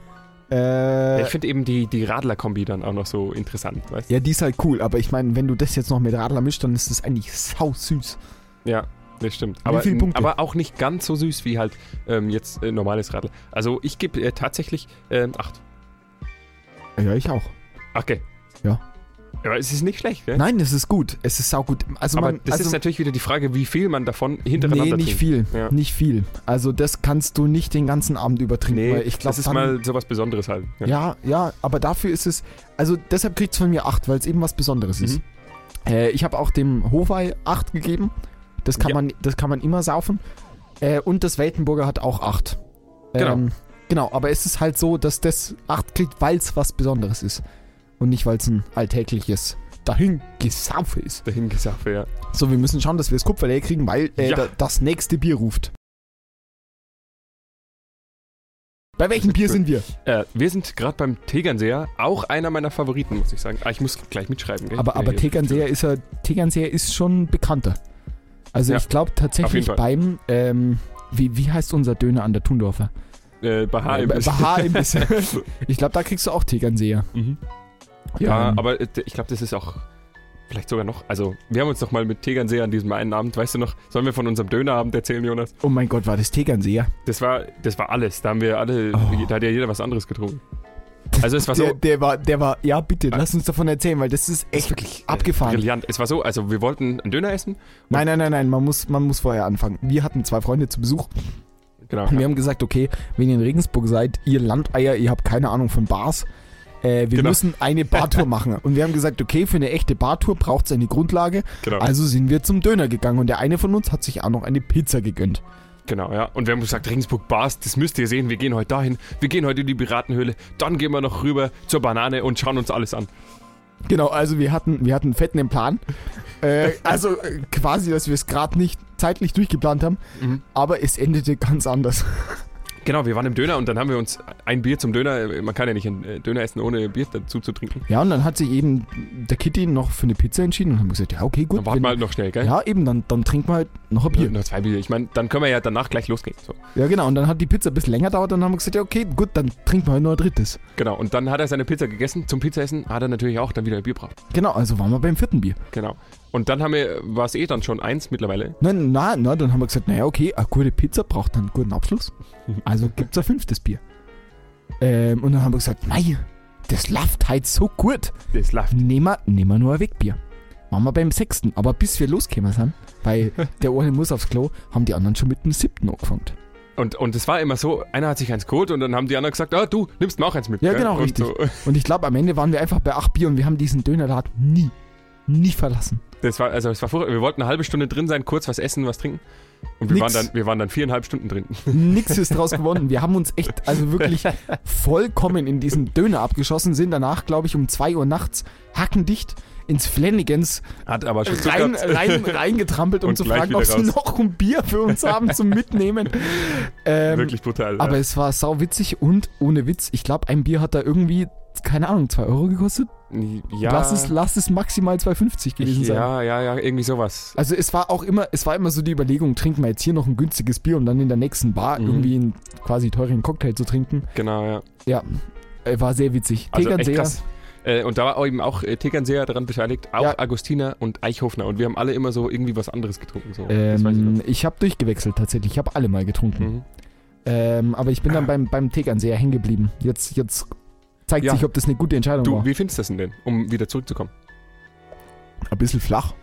Speaker 3: Äh,
Speaker 4: ich finde eben die, die Radler-Kombi dann auch noch so interessant, weißt du?
Speaker 3: ja, die ist halt cool, aber ich meine, wenn du das jetzt noch mit Radler mischst, dann ist das eigentlich sau süß.
Speaker 4: Ja, das stimmt. Aber,
Speaker 3: viele Punkte?
Speaker 4: aber auch nicht ganz so süß wie halt ähm, jetzt äh, normales Radler. Also ich gebe äh, tatsächlich ähm, acht.
Speaker 3: Ja, ich auch.
Speaker 4: Okay.
Speaker 3: Ja.
Speaker 4: Aber es ist nicht schlecht, gell?
Speaker 3: Nein, es ist gut. Es ist saugut. Also
Speaker 4: aber
Speaker 3: man,
Speaker 4: das
Speaker 3: also,
Speaker 4: ist natürlich wieder die Frage, wie viel man davon
Speaker 3: Nee,
Speaker 4: hintereinander
Speaker 3: nicht
Speaker 4: trinkt.
Speaker 3: viel.
Speaker 4: Ja.
Speaker 3: Nicht viel. Also das kannst du nicht den ganzen Abend übertrinken.
Speaker 4: Nee,
Speaker 3: weil ich glaub,
Speaker 4: das ist
Speaker 3: dann-
Speaker 4: mal sowas Besonderes halt. Ja.
Speaker 3: Ja, ja, aber dafür ist es. Also deshalb kriegt es von mir 8, weil es eben was Besonderes ist.
Speaker 4: Mhm.
Speaker 3: Äh, ich habe auch dem Hofei 8 gegeben. Das kann,
Speaker 4: Ja.
Speaker 3: man, das kann man immer saufen. Äh, und das Weltenburger hat auch 8.
Speaker 4: Genau.
Speaker 3: genau, aber es ist halt so, dass das 8 kriegt, weil es was Besonderes ist. Und nicht, weil es ein alltägliches Dahingesaufe ist.
Speaker 4: Dahin gesagt, ja.
Speaker 3: So, wir müssen schauen, dass wir das Kupfer leer kriegen, weil äh,
Speaker 4: Ja.
Speaker 3: da, das nächste Bier ruft. Bei welchem Bier sind wir?
Speaker 4: Äh, wir sind gerade beim Tegernseer, auch einer meiner Favoriten, muss ich sagen. Ah, ich muss gleich mitschreiben. Gell?
Speaker 3: Aber,
Speaker 4: Ich bin
Speaker 3: aber
Speaker 4: ja hier-
Speaker 3: Tegernseer ist ja, Tegernseer ist schon bekannter. Also
Speaker 4: Ja,
Speaker 3: ich glaube tatsächlich
Speaker 4: Fall.
Speaker 3: beim, ähm, wie, wie heißt unser Döner an der Thundorfer?
Speaker 4: Äh, Bahar
Speaker 3: Äh,
Speaker 4: im Biss.
Speaker 3: Bahar-Imbiss. ich glaube, da kriegst du auch Tegernseer.
Speaker 4: Mhm. Ja,
Speaker 3: Ähm,
Speaker 4: aber äh, ich glaube, das ist auch vielleicht sogar noch. Also, wir haben uns doch mal mit Tegernseer an diesem einen Abend, weißt du noch, sollen wir von unserem Dönerabend erzählen, Jonas?
Speaker 3: Oh mein Gott, war das Tegernseer.
Speaker 4: Das war, das war alles. Da haben wir alle,
Speaker 3: Oh.
Speaker 4: da hat ja jeder was anderes getrunken. Also, es war so. Ah.
Speaker 3: Der, der war, der war, ja bitte, lass uns davon erzählen, weil das ist echt
Speaker 4: wirklich äh,
Speaker 3: abgefahren.
Speaker 4: Brillant. Es war so, also wir wollten einen Döner essen.
Speaker 3: Nein, nein, nein, nein, man muss, man muss vorher anfangen. Wir hatten zwei Freunde zu Besuch
Speaker 4: Genau.
Speaker 3: Und wir haben gesagt, okay, wenn ihr in Regensburg seid, ihr Landeier, ihr habt keine Ahnung von Bars, äh, wir
Speaker 4: Genau.
Speaker 3: müssen eine Bartour machen. Und wir haben gesagt, okay, für eine echte Bartour braucht es eine Grundlage.
Speaker 4: Genau.
Speaker 3: Also sind wir zum Döner gegangen und der eine von uns hat sich auch noch eine Pizza gegönnt.
Speaker 4: Genau, ja. Und wir haben gesagt, Regensburg Bars, das müsst ihr sehen. Wir gehen heute dahin. Wir gehen heute in die Piratenhöhle. Dann gehen wir noch rüber zur Banane und schauen uns alles an.
Speaker 3: Genau, also wir hatten, wir hatten fetten im Plan. Äh, also äh, quasi, dass wir es gerade nicht zeitlich durchgeplant haben,
Speaker 4: Mhm.
Speaker 3: aber es endete ganz anders.
Speaker 4: Genau, wir waren im Döner und dann haben wir uns ein Bier zum Döner. Man kann ja nicht einen äh, Döner essen, ohne Bier dazu zu trinken.
Speaker 3: Ja, und dann hat sich eben der Kitty noch für eine Pizza entschieden und haben gesagt, ja, okay, gut.
Speaker 4: Dann warten
Speaker 3: wenn-
Speaker 4: wir halt noch schnell, gell?
Speaker 3: Genau. ja, eben, dann, dann trinken wir halt noch ein Bier.
Speaker 4: Noch zwei Bier. Ich meine, dann können wir ja danach gleich losgehen. So.
Speaker 3: Ja, genau. Und dann hat die Pizza ein bisschen länger dauert. Dann haben wir gesagt, ja, okay, gut, dann trinken wir halt noch ein drittes.
Speaker 4: Genau. Und dann hat er seine Pizza gegessen. Zum Pizzaessen hat er natürlich auch dann wieder ein Bier braucht.
Speaker 3: Genau, also waren wir beim vierten Bier.
Speaker 4: Genau. Und dann haben wir, war es eh dann schon eins mittlerweile.
Speaker 3: Nein, nein, nein, dann haben wir gesagt, naja, okay, eine gute Pizza braucht dann einen guten Abschluss. Also gibt's ein fünftes Bier. Ähm, und dann haben wir gesagt, nein, das läuft halt so gut.
Speaker 4: Das läuft.
Speaker 3: Nehmen wir, nehmen wir nur ein Wegbier. Waren wir beim sechsten. Aber bis wir losgekommen sind, weil der eine muss aufs Klo, haben die anderen schon mit dem siebten angefangen.
Speaker 4: Und, und es war immer so, einer hat sich eins geholt und dann haben die anderen gesagt, ah, du nimmst mir auch eins mit.
Speaker 3: Ja,
Speaker 4: gell?
Speaker 3: genau,
Speaker 4: und
Speaker 3: richtig.
Speaker 4: So.
Speaker 3: Und ich glaube, am Ende waren wir einfach bei acht Bier und wir haben diesen Dönerladen nie, nie verlassen.
Speaker 4: Das war, also es war vor, wir wollten eine halbe Stunde drin sein, kurz was essen, was trinken. Und wir
Speaker 3: Nix.
Speaker 4: waren, dann, wir waren dann viereinhalb Stunden drin.
Speaker 3: Nix ist draus gewonnen. Wir haben uns echt, also wirklich vollkommen in diesen Döner abgeschossen, sind danach, glaube ich, um 2 Uhr nachts hackendicht ins Flanagans
Speaker 4: Hat aber schon
Speaker 3: rein,
Speaker 4: Stuttgart-
Speaker 3: rein, reingetrampelt, um
Speaker 4: Und
Speaker 3: zu
Speaker 4: gleich
Speaker 3: fragen,
Speaker 4: wieder
Speaker 3: ob sie
Speaker 4: raus.
Speaker 3: noch ein Bier für uns haben zum Mitnehmen. Ähm,
Speaker 4: Wirklich brutal.
Speaker 3: Aber es war sauwitzig und ohne Witz. Ich glaube, ein Bier hat da irgendwie, keine Ahnung, 2 Euro gekostet.
Speaker 4: ja,
Speaker 3: Lass, es, lass es maximal 2,50 gewesen
Speaker 4: ich,
Speaker 3: sein.
Speaker 4: ja, ja, ja, irgendwie sowas.
Speaker 3: Also es war auch immer, es war immer so die Überlegung, trinken wir jetzt hier noch ein günstiges Bier, um dann in der nächsten Bar
Speaker 4: Mhm.
Speaker 3: irgendwie einen quasi teuren Cocktail zu trinken.
Speaker 4: Genau, ja.
Speaker 3: Ja, äh, war sehr witzig.
Speaker 4: Also echt
Speaker 3: Tegernseer.
Speaker 4: krass. Äh, und da war auch eben auch äh, Tegernseer daran beteiligt, auch
Speaker 3: Ja.
Speaker 4: Agustiner und Eichhofner. Und wir haben alle immer so irgendwie was anderes getrunken. So. das weiß ich noch.
Speaker 3: Ähm, ich habe durchgewechselt tatsächlich. Ich habe alle mal getrunken.
Speaker 4: Mhm.
Speaker 3: Ähm, aber ich bin dann beim, beim Tegernseer hängen geblieben. Jetzt, jetzt zeigt
Speaker 4: Ja.
Speaker 3: sich, ob das eine gute Entscheidung
Speaker 4: Du,
Speaker 3: war.
Speaker 4: wie findest du das denn, denn, um wieder zurückzukommen?
Speaker 3: Ein bisschen flach.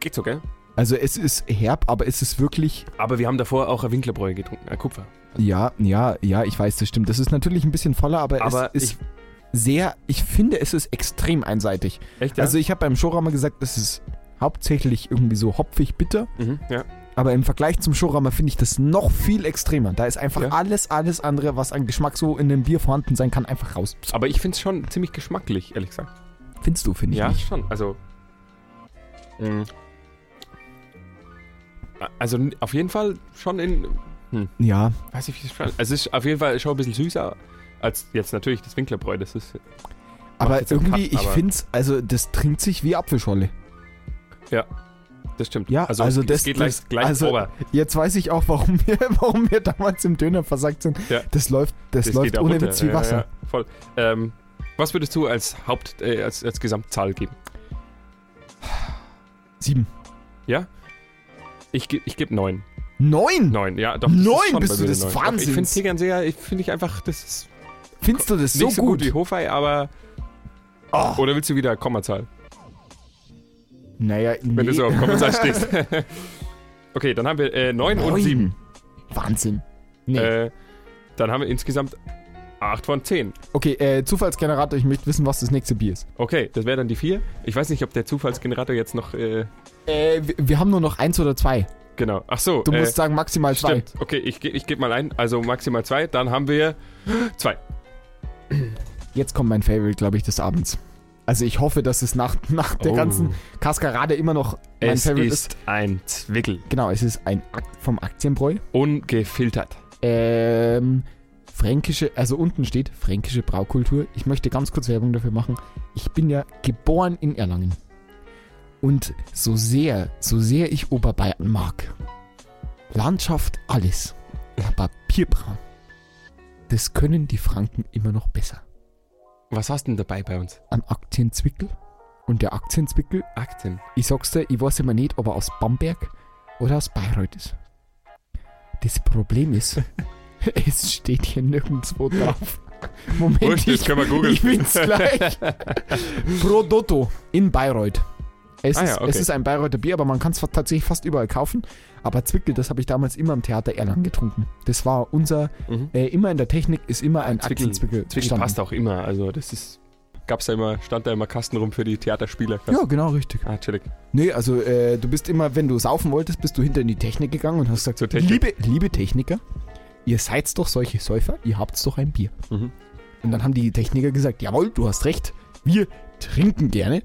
Speaker 4: Geht so, gell?
Speaker 3: Also es ist herb, aber es ist wirklich,
Speaker 4: Aber wir haben davor auch eine Winklerbräu getrunken, eine Kupfer.
Speaker 3: ja, ja, ja, ich weiß, das stimmt. Das ist natürlich ein bisschen voller, aber,
Speaker 4: Aber
Speaker 3: es ist sehr, ich finde, es ist extrem einseitig.
Speaker 4: Echt,
Speaker 3: Also ich habe beim Showrama gesagt, das ist hauptsächlich irgendwie so hopfig bitter,
Speaker 4: mhm, ja.
Speaker 3: aber im Vergleich zum Showrama finde ich das noch viel extremer. Da ist einfach
Speaker 4: Ja.
Speaker 3: alles, alles andere, was an Geschmack so in dem Bier vorhanden sein kann, einfach raus.
Speaker 4: Aber ich finde es schon ziemlich geschmacklich, ehrlich gesagt.
Speaker 3: Findest du, finde ich
Speaker 4: Ja,
Speaker 3: nicht. Mhm.
Speaker 4: schon. Also. mm. Also n- auf jeden Fall schon in.
Speaker 3: Ja,
Speaker 4: Weiß ich, wie ich das Also es ist auf jeden Fall schon ein bisschen süßer als jetzt natürlich das Winklerbräu. Das ist.
Speaker 3: aber
Speaker 4: jetzt einen Cut,
Speaker 3: irgendwie, ich
Speaker 4: aber-
Speaker 3: finde es, also das trinkt sich wie Apfelscholle.
Speaker 4: Das stimmt.
Speaker 3: Ja, also
Speaker 4: es,
Speaker 3: das-
Speaker 4: es geht
Speaker 3: das-
Speaker 4: gleich, gleich
Speaker 3: also
Speaker 4: drüber.
Speaker 3: Jetzt weiß ich auch, warum wir, warum wir damals im Döner versagt sind.
Speaker 4: Ja.
Speaker 3: Das läuft, das läuft
Speaker 4: geht auch
Speaker 3: ohne
Speaker 4: runter.
Speaker 3: Witz wie
Speaker 4: Ja,
Speaker 3: Wasser.
Speaker 4: Ja, ja, voll. Ähm, was würdest du als Haupt, äh, als, als Gesamtzahl geben?
Speaker 3: Sieben.
Speaker 4: Ich, ge- ich gebe neun.
Speaker 3: Neun?
Speaker 4: Neun, ja, doch.
Speaker 3: Neun
Speaker 4: ist schon
Speaker 3: bist
Speaker 4: bei
Speaker 3: du
Speaker 4: mir
Speaker 3: des
Speaker 4: neun. Doch, Ich
Speaker 3: Wahnsinns.
Speaker 4: finde Tegern sehr, ich finde ich einfach, das ist
Speaker 3: Findest du das so,
Speaker 4: nicht so gut,
Speaker 3: gut? Ah.
Speaker 4: wie Hofei, aber. Oder willst du wieder Kommazahl?
Speaker 3: Naja, nee.
Speaker 4: Wenn du so auf Kommentar stehst. okay, dann haben wir äh, 9 und
Speaker 3: Neun.
Speaker 4: 7.
Speaker 3: Wahnsinn. Nee.
Speaker 4: Äh, dann haben wir insgesamt 8 von 10.
Speaker 3: Okay, äh, Zufallsgenerator, ich möchte wissen, was das nächste Bier ist.
Speaker 4: Okay, das wäre dann die 4. Ich weiß nicht, ob der Zufallsgenerator jetzt noch. Äh,
Speaker 3: Äh, wir, wir haben nur noch eins oder zwei.
Speaker 4: genau. Ach so.
Speaker 3: Du
Speaker 4: äh,
Speaker 3: musst sagen maximal zwei.
Speaker 4: Stimmt. Okay, ich, ge- ich gebe mal ein. Also maximal 2. Dann haben wir 2.
Speaker 3: Jetzt kommt mein Favorite, glaube ich, des Abends. Also ich hoffe, dass es nach, nach der
Speaker 4: Oh.
Speaker 3: ganzen Kaskarade immer noch mein
Speaker 4: Es
Speaker 3: Favorite ist.
Speaker 4: ist ein Zwickel.
Speaker 3: Genau, es ist ein Akt vom Aktienbräu.
Speaker 4: Ungefiltert.
Speaker 3: Ähm, fränkische, also unten steht fränkische Braukultur. Ich möchte ganz kurz Werbung dafür machen. Ich bin ja geboren in Erlangen. Und so sehr, so sehr ich Oberbayern mag, Landschaft alles, aber Bierbrauen, das können die Franken immer noch besser.
Speaker 4: Was hast du denn dabei bei uns?
Speaker 3: An Aktienzwickel und der Aktienzwickel,
Speaker 4: Aktien.
Speaker 3: ich sag's dir, ich weiß immer nicht, ob er aus Bamberg oder aus Bayreuth ist. Das Problem ist, es steht hier nirgendwo drauf. Moment,
Speaker 4: Wurscht, das
Speaker 3: ich,
Speaker 4: können wir googeln.
Speaker 3: ich bin's gleich. Prodotto in Bayreuth. Es,
Speaker 4: Ah ja,
Speaker 3: ist, es
Speaker 4: okay.
Speaker 3: ist ein Bayreuther Bier, aber man kann es tatsächlich fast überall kaufen. Aber Zwickel, das habe ich damals immer im Theater Erlangen getrunken. Das war unser,
Speaker 4: Mhm.
Speaker 3: äh, immer in der Technik ist immer ein
Speaker 4: Zwickel,
Speaker 3: Aktienzwickel.
Speaker 4: Zwickel
Speaker 3: gestanden.
Speaker 4: passt auch immer. Also das ist. Gab's da immer, stand da immer Kasten rum für die Theaterspieler.
Speaker 3: Ja, genau, richtig.
Speaker 4: Ah, chillig.
Speaker 3: Nee, also äh, du bist immer, wenn du saufen wolltest, bist du hinter in die Technik gegangen und hast gesagt,
Speaker 4: Zur Technik.
Speaker 3: Liebe, liebe Techniker, ihr seid doch solche Säufer, ihr habt's doch ein Bier.
Speaker 4: Mhm.
Speaker 3: Und dann haben die Techniker gesagt, jawohl, du hast recht, wir trinken gerne.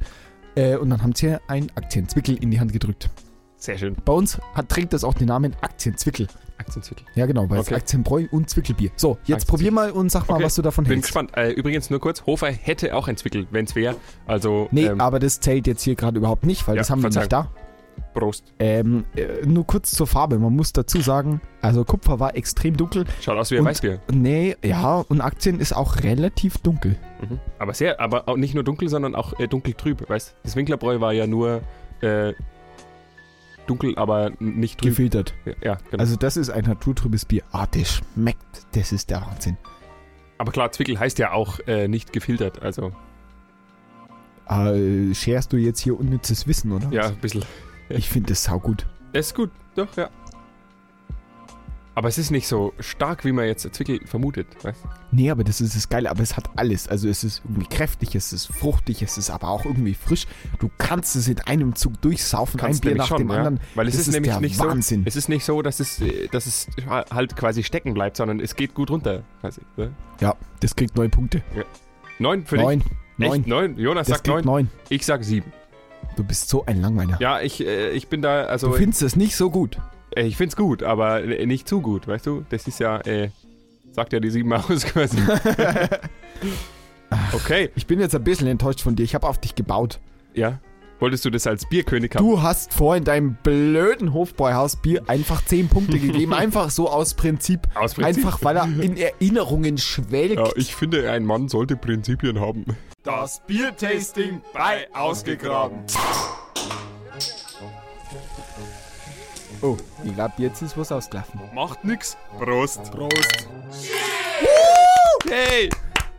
Speaker 3: Äh, und dann haben sie einen Aktienzwickel in die Hand gedrückt.
Speaker 4: Sehr schön.
Speaker 3: Bei uns hat, trägt das auch den Namen Aktienzwickel.
Speaker 4: Aktienzwickel.
Speaker 3: Ja genau, weil
Speaker 4: Okay.
Speaker 3: es Aktienbräu und Zwickelbier. So, jetzt
Speaker 4: Aktienzwickel.
Speaker 3: probier mal und sag mal,
Speaker 4: Okay,
Speaker 3: was du davon
Speaker 4: Bin
Speaker 3: hältst.
Speaker 4: gespannt. Äh, übrigens nur kurz, Hofer hätte auch entwickelt, wenn es wäre. Also,
Speaker 3: Nee,
Speaker 4: ähm,
Speaker 3: aber das zählt jetzt hier gerade überhaupt nicht, weil
Speaker 4: Ja,
Speaker 3: das haben wir nicht da.
Speaker 4: Prost.
Speaker 3: Ähm, äh, nur kurz zur Farbe. Man muss dazu sagen, also Kupfer war extrem dunkel.
Speaker 4: Schaut aus wie ein
Speaker 3: Und-
Speaker 4: Weißbier.
Speaker 3: Nee, ja, und Aktien ist auch relativ dunkel.
Speaker 4: Mhm. Aber sehr, aber auch nicht nur dunkel, sondern auch äh, dunkeltrüb, weißt Das Winklerbräu war ja nur äh, dunkel, aber n- nicht trüb.
Speaker 3: Gefiltert.
Speaker 4: ja, genau.
Speaker 3: Also das ist ein naturtrübes Bier. Ah, das schmeckt. Das ist der Wahnsinn.
Speaker 4: aber klar, Zwickel heißt ja auch äh, nicht gefiltert. Also,
Speaker 3: Äh, scherst du jetzt hier unnützes Wissen, oder?
Speaker 4: ja, ein bisschen.
Speaker 3: Ich finde das saugut.
Speaker 4: Das ist gut, doch, ja. Aber es ist nicht so stark, wie man jetzt Zwickel vermutet. Weißt?
Speaker 3: Nee, aber das ist das Geile, aber es hat alles. Also es ist irgendwie kräftig, es ist fruchtig, es ist aber auch irgendwie frisch. Du kannst es in einem Zug durchsaufen, ein Bier nach dem anderen.
Speaker 4: Weil es
Speaker 3: Das
Speaker 4: ist, nämlich
Speaker 3: der
Speaker 4: nicht
Speaker 3: Wahnsinn.
Speaker 4: so. Es ist nicht so, dass es, äh, dass es halt quasi stecken bleibt, sondern es geht gut runter. Quasi, ne?
Speaker 3: ja, das kriegt neun Punkte.
Speaker 4: Neun für
Speaker 3: Neun.
Speaker 4: dich.
Speaker 3: Neun.
Speaker 4: Echt? Neun? Jonas
Speaker 3: Das
Speaker 4: sagt
Speaker 3: kriegt
Speaker 4: neun.
Speaker 3: neun.
Speaker 4: Ich sag sieben.
Speaker 3: Du bist so ein Langweiler.
Speaker 4: Ja, ich, äh, ich bin da,
Speaker 3: Du
Speaker 4: also
Speaker 3: findest es nicht so gut.
Speaker 4: äh, ich find's gut, aber äh, nicht zu gut, weißt du? Das ist ja, äh, sagt ja die sieben aus quasi. okay,
Speaker 3: Ich bin jetzt ein bisschen enttäuscht von dir. Ich habe auf dich gebaut.
Speaker 4: ja. Wolltest du das als Bierkönig haben?
Speaker 3: Du hast vorhin deinem blöden Hofbräuhausbier einfach 10 Punkte gegeben. Einfach so aus Prinzip.
Speaker 4: Aus Prinzip.
Speaker 3: Einfach weil er in Erinnerungen schwelgt.
Speaker 4: Ja, ich finde, ein Mann sollte Prinzipien haben.
Speaker 2: Das Biertasting bei Ausgegraben.
Speaker 3: oh, ich glaube, jetzt ist was ausgelaufen.
Speaker 2: Macht nix. Prost. Prost.
Speaker 4: Hey!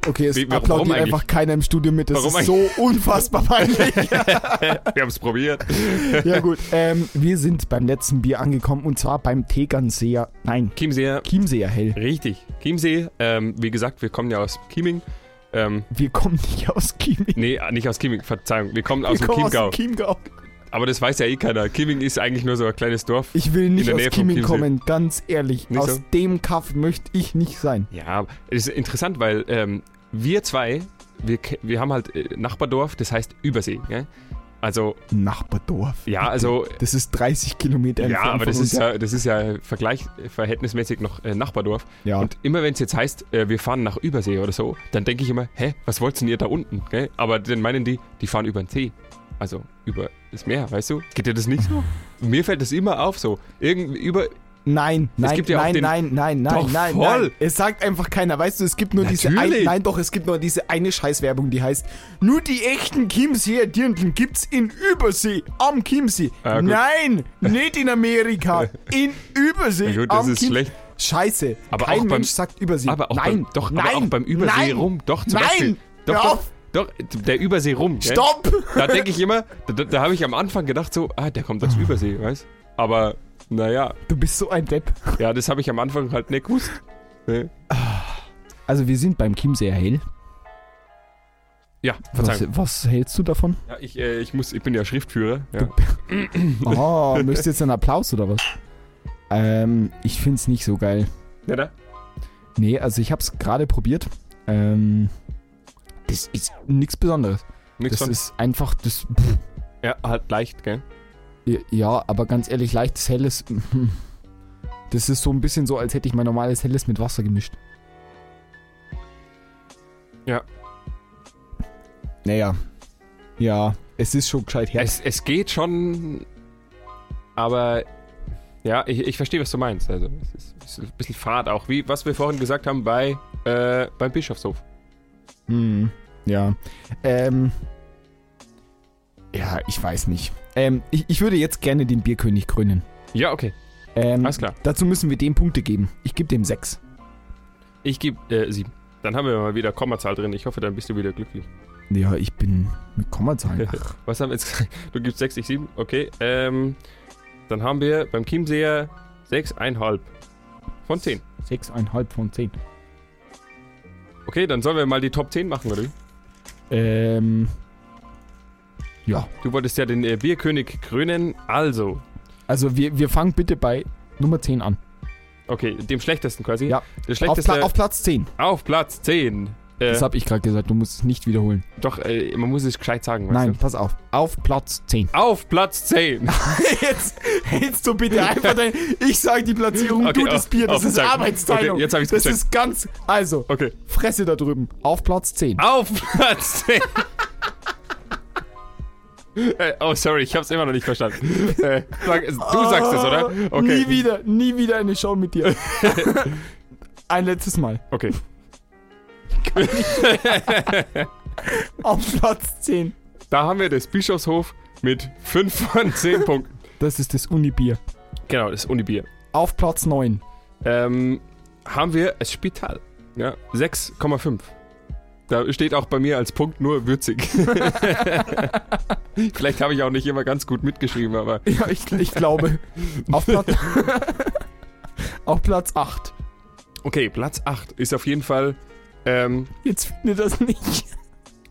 Speaker 3: Okay, es
Speaker 4: Wie- warum
Speaker 3: applaudiert
Speaker 4: eigentlich?
Speaker 3: einfach keiner im Studio mit. Das
Speaker 4: Warum
Speaker 3: ist so unfassbar peinlich.
Speaker 4: Wir haben's probiert.
Speaker 3: ja gut, ähm, wir sind beim letzten Bier angekommen und zwar beim Tegernseer, nein,
Speaker 4: Chiemseer.
Speaker 3: Chiemseer Hell.
Speaker 4: Richtig. Chiemsee, ähm, wie gesagt, wir kommen ja aus Chieming. Ähm,
Speaker 3: Wir kommen nicht aus Chieming.
Speaker 4: nee, nicht aus Chieming, Verzeihung. Wir kommen aus dem
Speaker 3: wir kommen aus
Speaker 4: Chiemgau.
Speaker 3: dem Chiemgau.
Speaker 4: Aber das weiß ja eh keiner. Chieming ist eigentlich nur so ein kleines Dorf.
Speaker 3: Ich will nicht
Speaker 4: der
Speaker 3: aus
Speaker 4: Nähe vom
Speaker 3: Chieming
Speaker 4: Chiemsee.
Speaker 3: kommen, ganz ehrlich.
Speaker 4: Nicht
Speaker 3: aus
Speaker 4: so?
Speaker 3: dem Kaff möchte ich nicht sein.
Speaker 4: Ja, es ist interessant, weil ähm, wir zwei, wir, ke- wir haben halt äh, Nachbardorf, das heißt Übersee. Gell? Also,
Speaker 3: Nachbardorf.
Speaker 4: ja, also,
Speaker 3: Das ist 30 Kilometer
Speaker 4: ja,
Speaker 3: entfernt.
Speaker 4: aber
Speaker 3: von
Speaker 4: das
Speaker 3: uns.
Speaker 4: ist ja, das ist ja Vergleich, äh, verhältnismäßig noch äh, Nachbardorf.
Speaker 3: Ja.
Speaker 4: Und immer wenn es jetzt heißt, äh, wir fahren nach Übersee oder so, dann denke ich immer, hä, was wollt denn ihr da unten? Gell? Aber dann meinen die, die fahren über den See. Also über das Meer, weißt du? Geht dir das nicht so? Mir fällt das immer auf so. Irgendwie über.
Speaker 3: Nein, nein,
Speaker 4: gibt ja auch
Speaker 3: nein,
Speaker 4: den-
Speaker 3: nein, nein, nein,
Speaker 4: Doch,
Speaker 3: nein, nein.
Speaker 4: voll.
Speaker 3: Es sagt einfach keiner. Weißt du, es gibt nur diese ein,
Speaker 4: Natürlich.
Speaker 3: Nein, doch, es gibt nur diese eine Scheißwerbung, die heißt Nur die echten Chiemseer Dirndln gibt's in Übersee am Chiemsee.
Speaker 4: Ah, gut.
Speaker 3: nein, nicht in Amerika, in Übersee
Speaker 4: Na gut, das
Speaker 3: am
Speaker 4: ist
Speaker 3: Chiemsee.
Speaker 4: schlecht.
Speaker 3: Scheiße.
Speaker 4: Aber
Speaker 3: Kein
Speaker 4: auch beim-
Speaker 3: Mensch sagt Übersee.
Speaker 4: Aber auch
Speaker 3: nein,
Speaker 4: beim, doch,
Speaker 3: nein,
Speaker 4: aber auch beim Übersee
Speaker 3: nein,
Speaker 4: rum. Doch, zum
Speaker 3: nein,
Speaker 4: Beispiel. Doch,
Speaker 3: hör
Speaker 4: doch,
Speaker 3: auf.
Speaker 4: doch, der Übersee rum. Gell?
Speaker 3: Stopp!
Speaker 4: Da denke ich immer, da, da, da habe ich am Anfang gedacht so, ah, der kommt aus Übersee, weißt Aber, naja,
Speaker 3: Du bist so ein Depp.
Speaker 4: ja, das habe ich am Anfang halt nicht gewusst. Ne?
Speaker 3: Also wir sind beim Chiemseer Hell.
Speaker 4: Ja,
Speaker 3: Was,
Speaker 4: Verzeihung.
Speaker 3: was hältst du davon?
Speaker 4: Ja, ich, äh, ich, muss, ich bin ja Schriftführer. Ja.
Speaker 3: Oh, möchtest du jetzt einen Applaus oder was? Ähm, ich find's nicht so geil.
Speaker 4: Ja, da?
Speaker 3: Nee, also ich hab's gerade probiert. Ähm, das ist nichts Besonderes.
Speaker 4: Nix
Speaker 3: Das
Speaker 4: von.
Speaker 3: ist einfach das. Pff,
Speaker 4: Ja, halt leicht, gell?
Speaker 3: ja, aber ganz ehrlich, leichtes Helles. mm, Das ist so ein bisschen so, als hätte ich mein normales Helles mit Wasser gemischt.
Speaker 4: Ja.
Speaker 3: Naja. Ja, es ist schon gescheit her.
Speaker 4: Es, es geht schon, aber ja, ich, ich verstehe, was du meinst. Also, es ist, es ist ein bisschen fad auch, wie was wir vorhin gesagt haben bei, äh, beim Bischofshof.
Speaker 3: Hm, ja. Ähm. Ja, ich weiß nicht. Ähm, ich, ich würde jetzt gerne den Bierkönig krönen.
Speaker 4: Ja, okay,
Speaker 3: Ähm,
Speaker 4: alles klar.
Speaker 3: Dazu müssen wir dem Punkte geben. Ich gebe dem sechs.
Speaker 4: Ich gebe äh, sieben. Dann haben wir mal wieder Kommazahl drin. Ich hoffe, dann bist du wieder glücklich.
Speaker 3: Ja, ich bin mit Kommazahlen. Ach,
Speaker 4: Was haben wir jetzt gesagt? Du gibst sechs, ich sieben. Okay, ähm, dann haben wir beim Chiemseer sechseinhalb von zehn.
Speaker 3: sechseinhalb von zehn.
Speaker 4: Okay, dann sollen wir mal die Top 10 machen, oder? wie?
Speaker 3: Ähm. Ja.
Speaker 4: Du wolltest ja den äh, Bierkönig krönen. Also,
Speaker 3: Also wir, wir fangen bitte bei Nummer 10 an.
Speaker 4: okay, dem schlechtesten quasi.
Speaker 3: Ja.
Speaker 4: Der
Speaker 3: Auf,
Speaker 4: schlechteste.
Speaker 3: Pla auf Platz 10.
Speaker 4: Auf Platz 10. Äh,
Speaker 3: Das habe ich gerade gesagt, du musst es nicht wiederholen.
Speaker 4: doch, äh, man muss es gescheit sagen, weißt
Speaker 3: Nein,
Speaker 4: du?
Speaker 3: pass auf. Auf Platz 10.
Speaker 4: Auf Platz 10.
Speaker 3: Jetzt hältst du bitte einfach dein. Ich sage die Platzierung,
Speaker 4: Okay,
Speaker 3: du das
Speaker 4: auf-
Speaker 3: Bier, das
Speaker 4: auf
Speaker 3: ist
Speaker 4: Zeit.
Speaker 3: Arbeitsteilung.
Speaker 4: Okay, jetzt hab ich's
Speaker 3: Das
Speaker 4: gecheckt.
Speaker 3: ist ganz. Also,
Speaker 4: Okay.
Speaker 3: Fresse da drüben. Auf Platz 10.
Speaker 4: Auf Platz 10. Äh, Oh, sorry, ich hab's immer noch nicht verstanden. Äh, sag, du sagst es, oder?
Speaker 3: Oh, Nie wieder, nie wieder eine Show mit dir. Ein letztes Mal.
Speaker 4: Okay.
Speaker 3: Auf Platz 10.
Speaker 4: Da haben wir das Bischofshof mit 5 von 10 Punkten.
Speaker 3: Das ist das Unibier.
Speaker 4: Genau, das Unibier.
Speaker 3: Auf Platz 9.
Speaker 4: Ähm, haben wir das Spital. Ja, 6,5. Da steht auch bei mir als Punkt nur würzig. Vielleicht habe ich auch nicht immer ganz gut mitgeschrieben, aber
Speaker 3: Ja, ich, ich glaube. Auf Platz, auf Platz 8.
Speaker 4: Okay, Platz 8 ist auf jeden Fall. Ähm,
Speaker 3: Jetzt findet das nicht.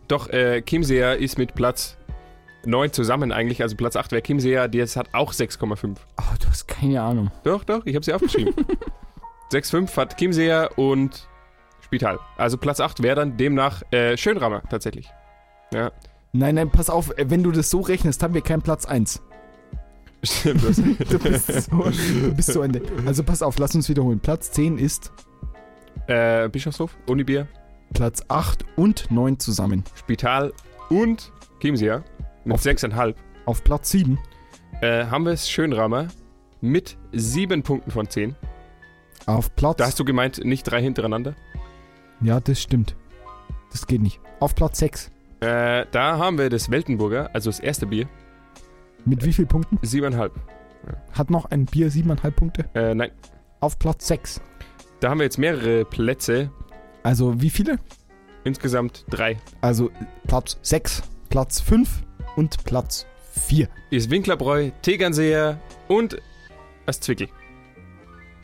Speaker 4: doch, äh, Kimseer ist mit Platz 9 zusammen eigentlich. Also Platz 8 wäre Kimseer, der hat auch 6,5.
Speaker 3: Oh, du hast keine Ahnung.
Speaker 4: Doch, doch, ich habe sie aufgeschrieben. 6,5 hat Kimseer und Spital. Also Platz 8 wäre dann demnach äh, Schönrammer tatsächlich. Ja.
Speaker 3: Nein, nein, pass auf, äh, wenn du das so rechnest, haben wir keinen Platz 1.
Speaker 4: Stimmt, das-
Speaker 3: Du bist so, du bist so Ende. Also pass auf, lass uns wiederholen. Platz 10 ist
Speaker 4: äh, Bischofshof, Unibier,
Speaker 3: Platz 8 und 9 zusammen.
Speaker 4: Spital und Chiemseer mit
Speaker 3: Auf-
Speaker 4: 6,5
Speaker 3: Auf Platz 7.
Speaker 4: äh, haben wir es Schönramer mit 7 Punkten von 10.
Speaker 3: Auf Platz.
Speaker 4: Da hast du gemeint, nicht drei hintereinander.
Speaker 3: ja, das stimmt. Das geht nicht. Auf Platz 6.
Speaker 4: Äh, da haben wir das Weltenburger, also das erste Bier,
Speaker 3: Mit wie vielen Punkten?
Speaker 4: 7,5.
Speaker 3: Hat noch ein Bier 7,5 Punkte?
Speaker 4: Äh, nein,
Speaker 3: Auf Platz 6.
Speaker 4: da haben wir jetzt mehrere Plätze,
Speaker 3: Also wie viele?
Speaker 4: insgesamt drei.
Speaker 3: Also äh, Platz 6, Platz 5 und Platz 4.
Speaker 4: Ist Winklerbräu, Tegernseer und das Zwickel.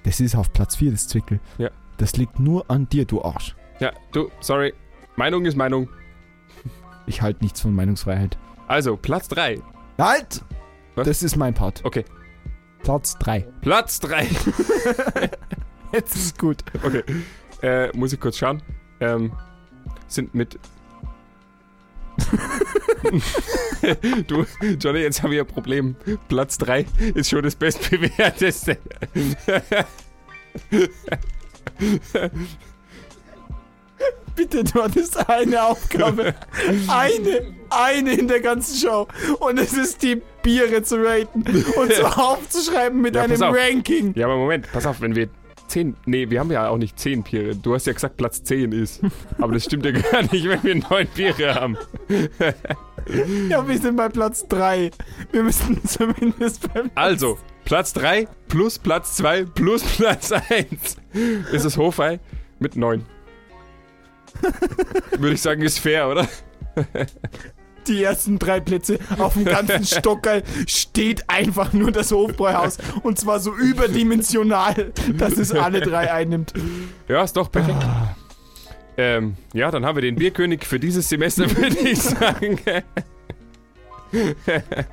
Speaker 3: Das ist auf Platz 4, das Zwickel.
Speaker 4: Ja.
Speaker 3: Das liegt nur an dir, du Arsch.
Speaker 4: Ja, du, sorry. Meinung ist Meinung.
Speaker 3: Ich halte nichts von Meinungsfreiheit.
Speaker 4: Also, Platz 3.
Speaker 3: Halt!
Speaker 4: Was?
Speaker 3: Das ist mein Part.
Speaker 4: Okay.
Speaker 3: Platz 3.
Speaker 4: Platz 3.
Speaker 3: Jetzt ist gut.
Speaker 4: Okay. Äh, muss ich kurz schauen. Ähm, sind mit. du, Johnny, jetzt haben wir ein Problem. Platz 3 ist schon das bestbewerteste.
Speaker 3: Bitte, du hattest eine Aufgabe. Eine, eine in der ganzen Show. Und es ist die Biere zu raten. Und zwar aufzuschreiben mit
Speaker 4: Ja, pass
Speaker 3: einem
Speaker 4: auf.
Speaker 3: Ranking.
Speaker 4: ja, aber Moment, pass auf, wenn wir 10. Nee, wir haben ja auch nicht 10 Biere. Du hast ja gesagt, Platz 10 ist. Aber das stimmt ja gar nicht, wenn wir 9 Biere haben.
Speaker 3: Ja, wir sind bei Platz 3. Wir müssen zumindest beim.
Speaker 4: Also, Platz 3 plus Platz 2 plus Platz 1 ist es Hofei mit 9. Würde ich sagen, ist fair, oder?
Speaker 3: die ersten drei Plätze auf dem ganzen Stockerl steht einfach nur das Hofbräuhaus. Und zwar so überdimensional, dass es alle drei einnimmt.
Speaker 4: Ja, ist doch perfekt. Ähm, ja, dann haben wir den Bierkönig für dieses Semester, würde ich sagen.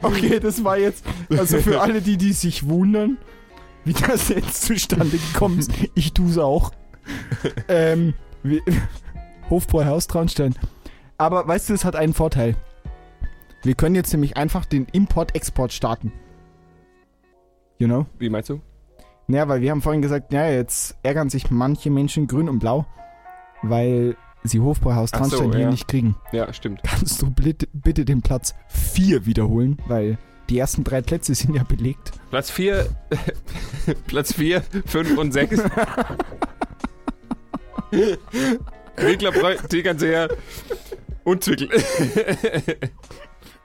Speaker 3: Okay, das war jetzt. Also für alle, die, die sich wundern, wie das jetzt zustande gekommen ist, ich tue es auch. Ähm, wir- Hofbräuhaus Traunstein. Aber weißt du, es hat einen Vorteil. Wir können jetzt nämlich einfach den Import-Export starten. You know?
Speaker 4: Wie meinst du?
Speaker 3: Naja, weil wir haben vorhin gesagt, ja, jetzt ärgern sich manche Menschen grün und blau, weil sie Hofbräuhaus
Speaker 4: Ach so,
Speaker 3: Traunstein hier
Speaker 4: ja.
Speaker 3: nicht kriegen.
Speaker 4: Ja, stimmt.
Speaker 3: Kannst du bitte, bitte den Platz 4 wiederholen, weil die ersten drei Plätze sind ja belegt.
Speaker 4: Platz 4, Platz 4, 5 und 6. Winklerbräu, Tegernseher und Zwickel.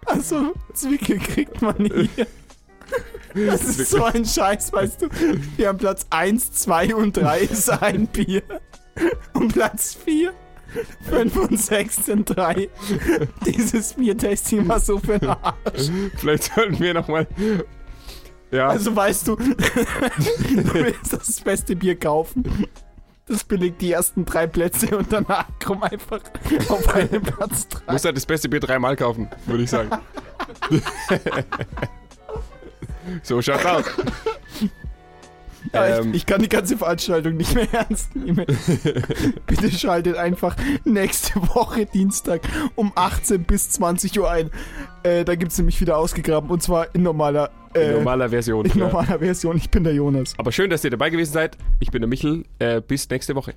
Speaker 3: Also, Zwickel kriegt man hier. Das ist so ein Scheiß, weißt du. Wir haben Platz 1, 2 und 3 ist ein Bier. Und Platz 4, 5 und 6 sind 3. Dieses Biertasting war so für den Arsch.
Speaker 4: Vielleicht sollten wir nochmal. Ja,
Speaker 3: Also weißt du, du willst das beste Bier kaufen. Das belegt die ersten drei Plätze und danach komm einfach auf einen Platz drei.
Speaker 4: muss halt das beste Bier dreimal kaufen, würde ich sagen. so schaut's aus.
Speaker 3: Ja,
Speaker 4: ähm.
Speaker 3: ich, ich kann die ganze Veranstaltung nicht mehr ernst nehmen. Bitte schaltet einfach nächste Woche Dienstag um 18 bis 20 Uhr ein. Äh, da gibt's nämlich wieder ausgegraben und zwar in normaler, äh,
Speaker 4: In normaler Version.
Speaker 3: in
Speaker 4: Ja.
Speaker 3: normaler Version. Ich bin der Jonas.
Speaker 4: Aber schön, dass ihr dabei gewesen seid. Ich bin der Michel. Äh, bis nächste Woche.